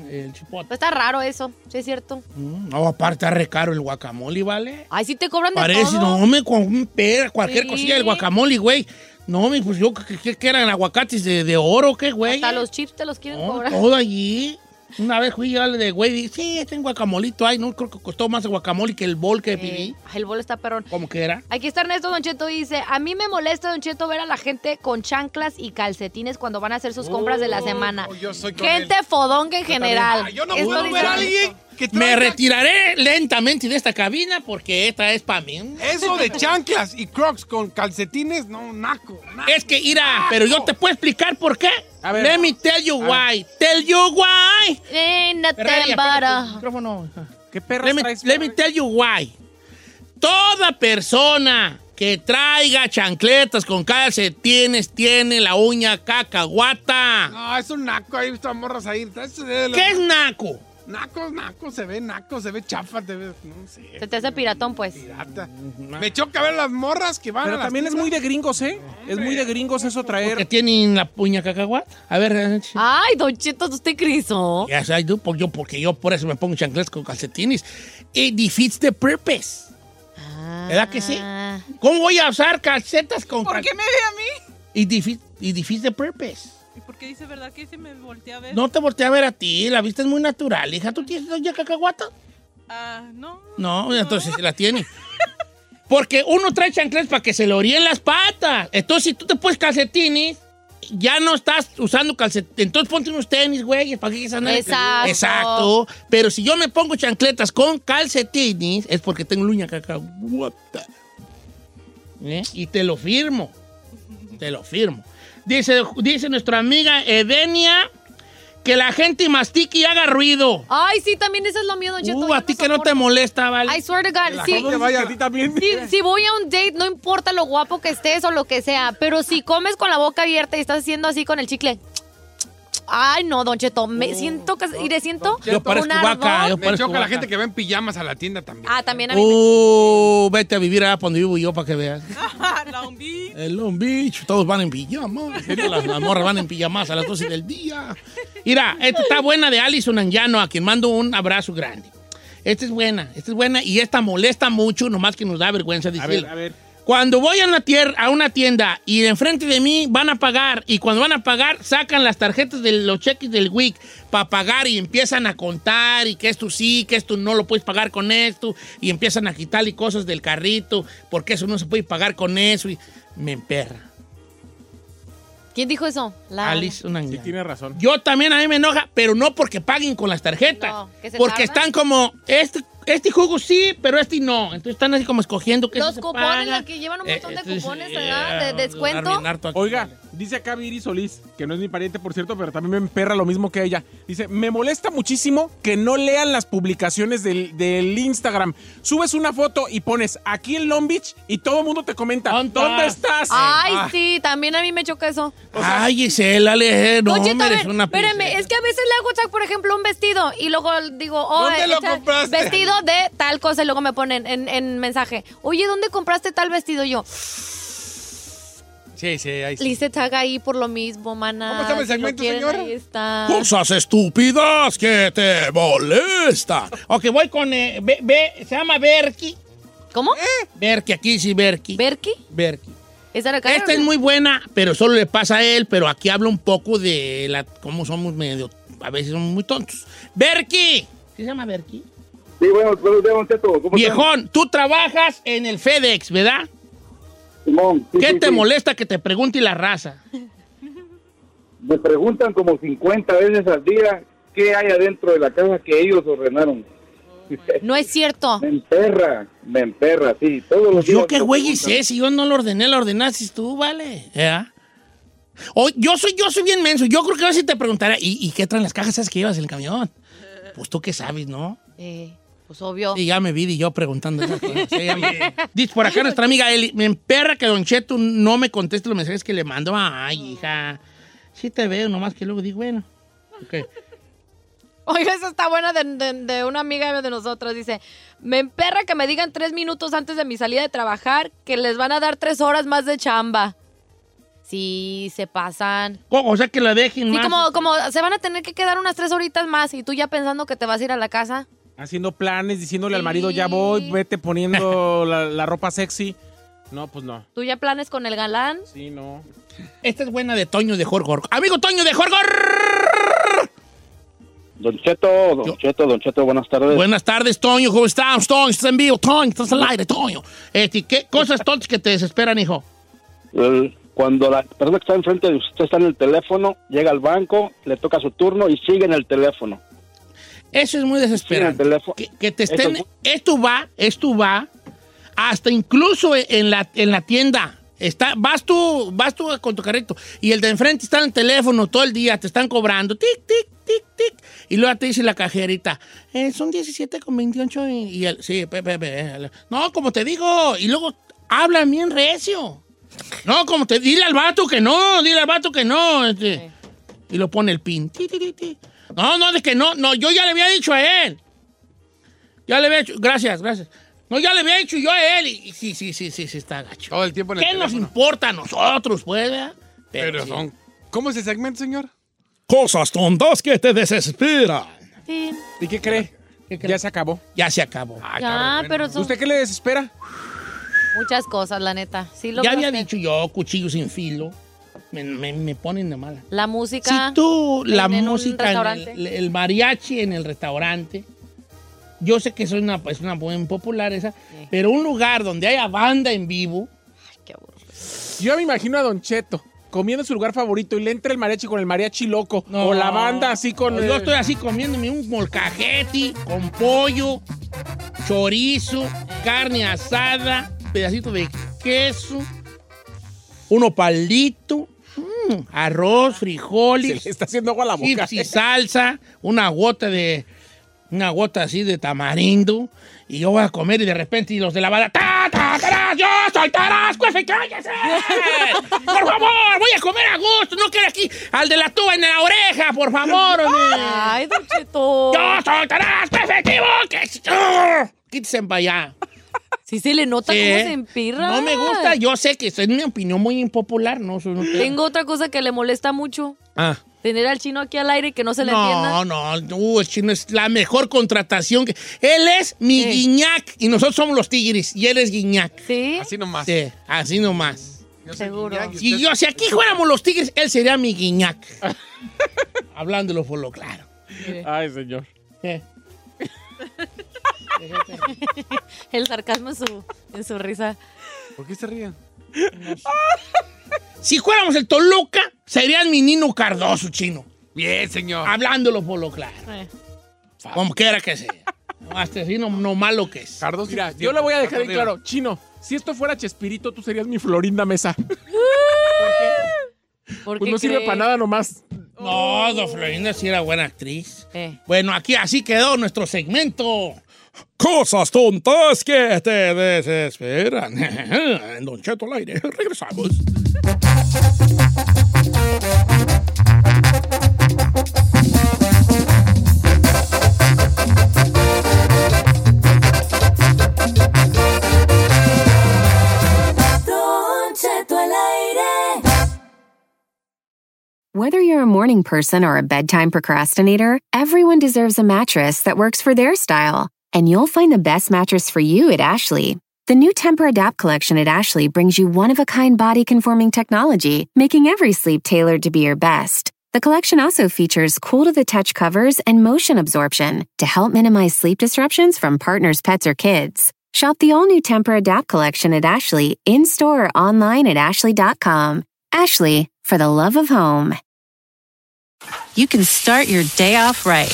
Speaker 2: El chipotle. Mm,
Speaker 1: Pues está raro eso, sí es cierto.
Speaker 2: No, aparte está re caro el guacamole, ¿vale?
Speaker 1: Ay, sí te cobran de
Speaker 2: Parece,
Speaker 1: todo.
Speaker 2: no, me con un pera, cualquier
Speaker 1: Sí.
Speaker 2: cosilla del guacamole, güey. No, me, pues yo, ¿qué, qué- qué eran aguacates de, de oro, qué, güey?
Speaker 1: Hasta los chips te los quieren
Speaker 2: No,
Speaker 1: cobrar.
Speaker 2: todo allí. Una vez fui yo al de güey, dije, sí, este guacamolito hay, no creo que costó más el guacamole que el bol que pedí.
Speaker 1: Eh, El bol está perrón.
Speaker 2: ¿Cómo que era?
Speaker 1: Aquí está Ernesto Don Cheto y dice, a mí me molesta Don Cheto ver a la gente con chanclas y calcetines cuando van a hacer sus Pues, compras de la semana.
Speaker 3: Oh, Yo soy con
Speaker 1: Gente fodonga en general.
Speaker 3: Yo no
Speaker 1: Esto
Speaker 3: puedo
Speaker 1: dice
Speaker 3: ver a
Speaker 1: Ernesto.
Speaker 3: alguien que
Speaker 2: Me
Speaker 3: traiga-
Speaker 2: retiraré lentamente de esta cabina porque esta es para mí.
Speaker 3: Eso de chanclas y crocs con calcetines, no, naco.
Speaker 2: Es que irá, pero yo te puedo explicar por qué.
Speaker 3: ver.
Speaker 2: Let me tell you why. Tell you why.
Speaker 1: Eh, no te
Speaker 2: Ferrari, apágate
Speaker 1: embara.
Speaker 2: el micrófono.
Speaker 5: Eh,
Speaker 2: let me, let me tell you why. Toda persona que traiga chancletas con calcetines tiene la uña cacahuata.
Speaker 3: No, es un naco, ahí están morras ahí.
Speaker 2: ¿Qué es naco?
Speaker 3: Naco, naco, se ve naco, se ve chafa, te ve, no sé.
Speaker 1: Se te hace piratón, pues.
Speaker 3: Me choca ver las morras que van
Speaker 5: Mm-hmm. Pero
Speaker 3: a las
Speaker 5: también es muy de gringos, ¿eh? Es muy de gringos eso traer.
Speaker 2: Que tienen la puña cacahuata. A ver,
Speaker 4: Ah.
Speaker 1: Ay, Don Cheto, ¿usted crisó?
Speaker 2: Yes, I do, por- yo, porque yo por eso me pongo chancletas con calcetines. It defeats the purpose. ¿Verdad que sí? ¿Cómo voy a usar calcetas con
Speaker 4: Ah. ¿Por qué
Speaker 2: calcetines?
Speaker 4: me ve a mí?
Speaker 2: It, defeat- it defeats the purpose.
Speaker 4: ¿Y por qué dice verdad que se me voltea a ver?
Speaker 2: No te volteé a ver a ti, la vista es muy natural, hija. ¿Tú tienes ya cacahuata?
Speaker 4: Ah, no.
Speaker 2: No, entonces la tiene. Porque uno trae chancletas para que se le oríen las patas. Entonces, si tú te pones calcetines, ya no estás usando calcetines. Entonces, ponte unos tenis, güey, para que esas no-
Speaker 1: Exacto.
Speaker 2: Exacto. Pero si yo me pongo chancletas con calcetines, es porque tengo luña cacahuata. ¿Eh? Y te lo firmo. Te lo firmo. Dice, dice nuestra amiga Edenia que la gente mastique y haga ruido.
Speaker 1: Ay, sí, también eso es lo mío, Don Cheto.
Speaker 2: Uh, a ti que no te molesta, ¿vale?
Speaker 1: I swear to God, sí.
Speaker 5: también.
Speaker 1: Si, si voy a un date, no importa lo guapo que estés o lo que sea, pero si comes con la boca abierta y estás haciendo así con el chicle. Ay, no, Don Cheto, me siento que y le siento
Speaker 2: Yo parezco
Speaker 1: un
Speaker 2: vaca, yo
Speaker 1: ardor.
Speaker 3: Me
Speaker 2: parezco
Speaker 3: choca la
Speaker 2: vaca.
Speaker 3: gente que va en pijamas a la tienda
Speaker 5: eh.
Speaker 3: también.
Speaker 1: Ah, también a mí.
Speaker 2: Uh, vete a vivir allá donde vivo yo para que veas.
Speaker 4: Long Beach.
Speaker 2: El Long Beach, todos van en pijama. Las, las morras van en pijamas a las 12 del día. Mira, esta está buena de Alison Angiano, a quien mando un abrazo grande. Esta es buena, esta es buena y esta molesta mucho, nomás que nos da vergüenza
Speaker 5: A
Speaker 2: decirla.
Speaker 5: ver, a ver.
Speaker 2: Cuando voy a una, tier- a una tienda y enfrente de mí van a pagar y cuando van a pagar sacan las tarjetas de los cheques del WIC para pagar y empiezan a contar y que esto sí, que esto no lo puedes pagar con esto y empiezan a quitarle cosas del carrito porque eso no se puede pagar con eso y me emperra.
Speaker 1: ¿Quién dijo eso? La
Speaker 2: Alice una niña.
Speaker 5: Tiene razón.
Speaker 2: Yo también a mí me enoja, pero no porque paguen con las tarjetas.
Speaker 1: No, que se
Speaker 2: porque
Speaker 1: tardan.
Speaker 2: están como, este, este jugo sí, pero este no. Entonces están así como escogiendo que
Speaker 1: Los cupones, la que llevan un
Speaker 2: Eh,
Speaker 1: montón de cupones, ¿verdad? De descuento.
Speaker 5: Oiga, dice acá Viri Solís, que no es mi pariente, por cierto, pero también me emperra lo mismo que ella. Dice, me molesta muchísimo que no lean las publicaciones del, del Instagram. Subes una foto y pones aquí en Long Beach y todo el mundo te comenta, ¿dónde estás?
Speaker 1: Ay,
Speaker 5: Ah,
Speaker 1: sí, también a mí me choca eso.
Speaker 2: Ay, Gisela, le no,
Speaker 1: Don Cheto, a
Speaker 2: hombre,
Speaker 1: ver,
Speaker 2: eres una
Speaker 1: espérame, es que a veces le hago tag, por ejemplo, un vestido y luego digo, oh,
Speaker 2: ¿Dónde lo
Speaker 1: este
Speaker 2: compraste?
Speaker 1: vestido de tal cosa y luego me ponen en, en mensaje, oye, ¿dónde compraste tal vestido? Y yo,
Speaker 2: Sí, sí, ahí
Speaker 1: le hice tag ahí por lo mismo, mana.
Speaker 3: ¿Cómo se llama el
Speaker 1: Si lo
Speaker 3: segmento,
Speaker 1: quieren,
Speaker 3: señora?
Speaker 1: ahí está.
Speaker 2: Cosas estúpidas que te molestan. Ok, voy con. eh, Be- Be- se llama Berki.
Speaker 1: ¿Cómo?
Speaker 2: ¿Eh? Berki, aquí sí, Berki.
Speaker 1: ¿Berki?
Speaker 2: Berki.
Speaker 1: ¿Es de la cara?
Speaker 2: Esta Este es muy buena, pero solo le pasa a él. Pero aquí habla un poco de la, cómo somos medio. A veces somos muy tontos. Berki. ¿Sí se llama Berki?
Speaker 6: Sí, bueno, buenos días, Don Cheto. ¿Cómo
Speaker 2: Viejón, tú trabajas en el FedEx, ¿verdad?
Speaker 6: están? Simón, sí,
Speaker 2: ¿Qué
Speaker 6: sí,
Speaker 2: te
Speaker 6: sí.
Speaker 2: molesta que te pregunte la raza?
Speaker 6: Me preguntan como 50 veces al día qué hay adentro de la casa que ellos ordenaron.
Speaker 1: No es cierto.
Speaker 6: Me emperra, me emperra, sí. Todos los días
Speaker 2: ¿Yo qué
Speaker 6: me
Speaker 2: güey
Speaker 6: preguntan.
Speaker 2: hice? Si yo no lo ordené, lo ordenaste tú, ¿vale? ¿Ya? O- yo, soy, yo soy bien menso. Yo creo que a veces te preguntará, ¿y, y qué traen las cajas esas que llevas en el camión? Pues tú qué sabes, ¿no?
Speaker 1: Eh, pues obvio.
Speaker 2: Y ya me vi y yo preguntando esas cosas. Sí, ya me- Dice por acá nuestra amiga Eli, me emperra que Don Cheto no me conteste los mensajes que le mando. Ay, hija, sí te veo, nomás que luego digo, bueno. Ok.
Speaker 1: Oiga, esa está buena de, de- de una amiga de nosotros. Dice, me emperra que me digan tres minutos antes de mi salida de trabajar que les van a dar tres horas más de chamba. Sí, se pasan.
Speaker 2: O o sea, que la dejen
Speaker 1: Sí,
Speaker 2: más.
Speaker 1: como, como se van a tener que quedar unas tres horitas más y tú ya pensando que te vas a ir a la casa.
Speaker 5: Haciendo planes, diciéndole al marido, ya voy, vete poniendo la, la ropa sexy. No, pues no.
Speaker 1: Tú ya planes con el galán.
Speaker 5: Sí, no.
Speaker 2: Esta es buena de Toño de Jorgor. Amigo Toño de Jorgor.
Speaker 12: Don Cheto, Don Cheto, Don Cheto, buenas tardes.
Speaker 2: Buenas tardes, Toño. ¿Cómo estás, Toño? ¿Estás en vivo? Toño, estás al aire, Toño. Este, ¿Qué cosas tontas que te desesperan, hijo?
Speaker 12: El- cuando la persona que está enfrente de usted está en el teléfono, llega al banco, le toca su turno y sigue en el teléfono.
Speaker 2: Eso es muy desesperante. que, que te
Speaker 12: Eso
Speaker 2: estén.
Speaker 12: es muy-
Speaker 2: Esto va, esto va. Hasta incluso en la, en la tienda. Está, vas tú, vas tú con tu carrito. Y el de enfrente está en el teléfono todo el día, te están cobrando. Tic, tic, tic, tic. Y luego te dice la cajerita. eh, son 17 con 28 y, y el- sí, pe- pe- pe- No, como te digo. Y luego hablan bien recio. No, como te dile al vato que no, dile al vato que no. este. Y lo pone el pin. Ti, ti, ti, ti. No, no, de que no, no, yo ya le había dicho a él. Ya le había hecho, gracias, gracias. No, ya le había hecho yo a él. Y, y sí, sí, sí, sí, sí, está gacho. Todo el tiempo
Speaker 3: en el
Speaker 2: ¿Qué nos importa a nosotros, pues? verdad?
Speaker 3: Pero, son. ¿Cómo es el segmento, señor?
Speaker 2: Cosas tontas que te desesperan.
Speaker 5: ¿Y qué cree? Ya se acabó.
Speaker 2: Ya se acabó.
Speaker 1: Ya, pero son
Speaker 5: ¿Usted qué le desespera?
Speaker 1: muchas cosas, la neta. Sí, lo
Speaker 2: Ya
Speaker 1: que-
Speaker 2: había dicho yo, cuchillo sin filo. Me, me- me ponen de mala.
Speaker 1: La música.
Speaker 2: Si tú, la
Speaker 1: en- en un
Speaker 2: música, en
Speaker 1: restaurante.
Speaker 2: el, el mariachi en el restaurante. Yo sé que es una, es una muy popular esa, pero un lugar donde haya banda en vivo.
Speaker 5: Yo me imagino a Don Cheto comiendo su lugar favorito y le entra el mariachi con el mariachi loco.
Speaker 2: No.
Speaker 5: o la banda así con.
Speaker 2: Yo estoy así comiéndome un molcajete con pollo, chorizo, carne asada, pedacito de queso, uno palito, mm, arroz, frijoles.
Speaker 5: Se le está haciendo agua a la boca.
Speaker 2: chips y salsa, una gota de una gota así de tamarindo y yo voy a comer y de repente y los de la banda ¡Ta, ta, tarás! ¡Yo soy Tarasco! ¡Ese cállese! ¡Por favor! ¡Voy a comer a gusto! ¡No quiero aquí al de la tuba en la oreja! ¡Por favor! ¡Ay,
Speaker 1: Don Cheto!
Speaker 2: ¡Yo soy Tarasco! ¡Efectivo! ¡Que- ¡Ur! ¡Quítese para allá!
Speaker 1: Sí se le nota cómo se empirra.
Speaker 2: ¿eh? No me gusta. Yo sé que es una opinión muy impopular. No, Eso no
Speaker 1: Tengo otra cosa que le molesta mucho.
Speaker 2: Ah.
Speaker 1: Tener al chino aquí al aire y que no se le
Speaker 2: No,
Speaker 1: entienda.
Speaker 2: no, uh, el chino es la mejor contratación. que- Él es mi guiñac y nosotros somos los tigres y él es guiñac.
Speaker 1: Sí.
Speaker 2: Así nomás. Sí, así nomás.
Speaker 1: Seguro.
Speaker 2: Y yo, si aquí fuéramos los tigres, él sería mi guiñac. Hablándolo por lo claro.
Speaker 5: Ay, señor.
Speaker 1: El sarcasmo en su, en su risa.
Speaker 3: ¿Por qué se ríen?
Speaker 2: Si fuéramos el Toluca, serían mi Nino Cardoso, chino.
Speaker 3: Bien, señor.
Speaker 5: Ah,
Speaker 2: Hablándolo por lo claro. Como quiera que sea. No, hasta así no, no malo que es.
Speaker 3: Cardoso.
Speaker 5: Mira, yo le voy a dejar en claro, chino. Si esto fuera Chespirito, tú serías mi Florinda Mesa. Pues no sirve para nada nomás.
Speaker 2: No, Don Florinda sí era buena actriz.
Speaker 1: Eh.
Speaker 2: Bueno, aquí así quedó nuestro segmento. Cosas tontas que te desesperan. En Don Cheto al aire. Regresamos.
Speaker 9: Don Cheto al aire.
Speaker 10: Whether you're a morning person or a bedtime procrastinator, everyone deserves a mattress that works for their style. And you'll find the best mattress for you at Ashley. The new Temper Adapt collection at Ashley brings you one of a kind body conforming technology, making every sleep tailored to be your best. The collection also features cool to the touch covers and motion absorption to help minimize sleep disruptions from partners, pets, or kids. Shop the all new Temper Adapt collection at Ashley in store or online at ashley.com. Ashley, for the love of home.
Speaker 13: you can start your day off right.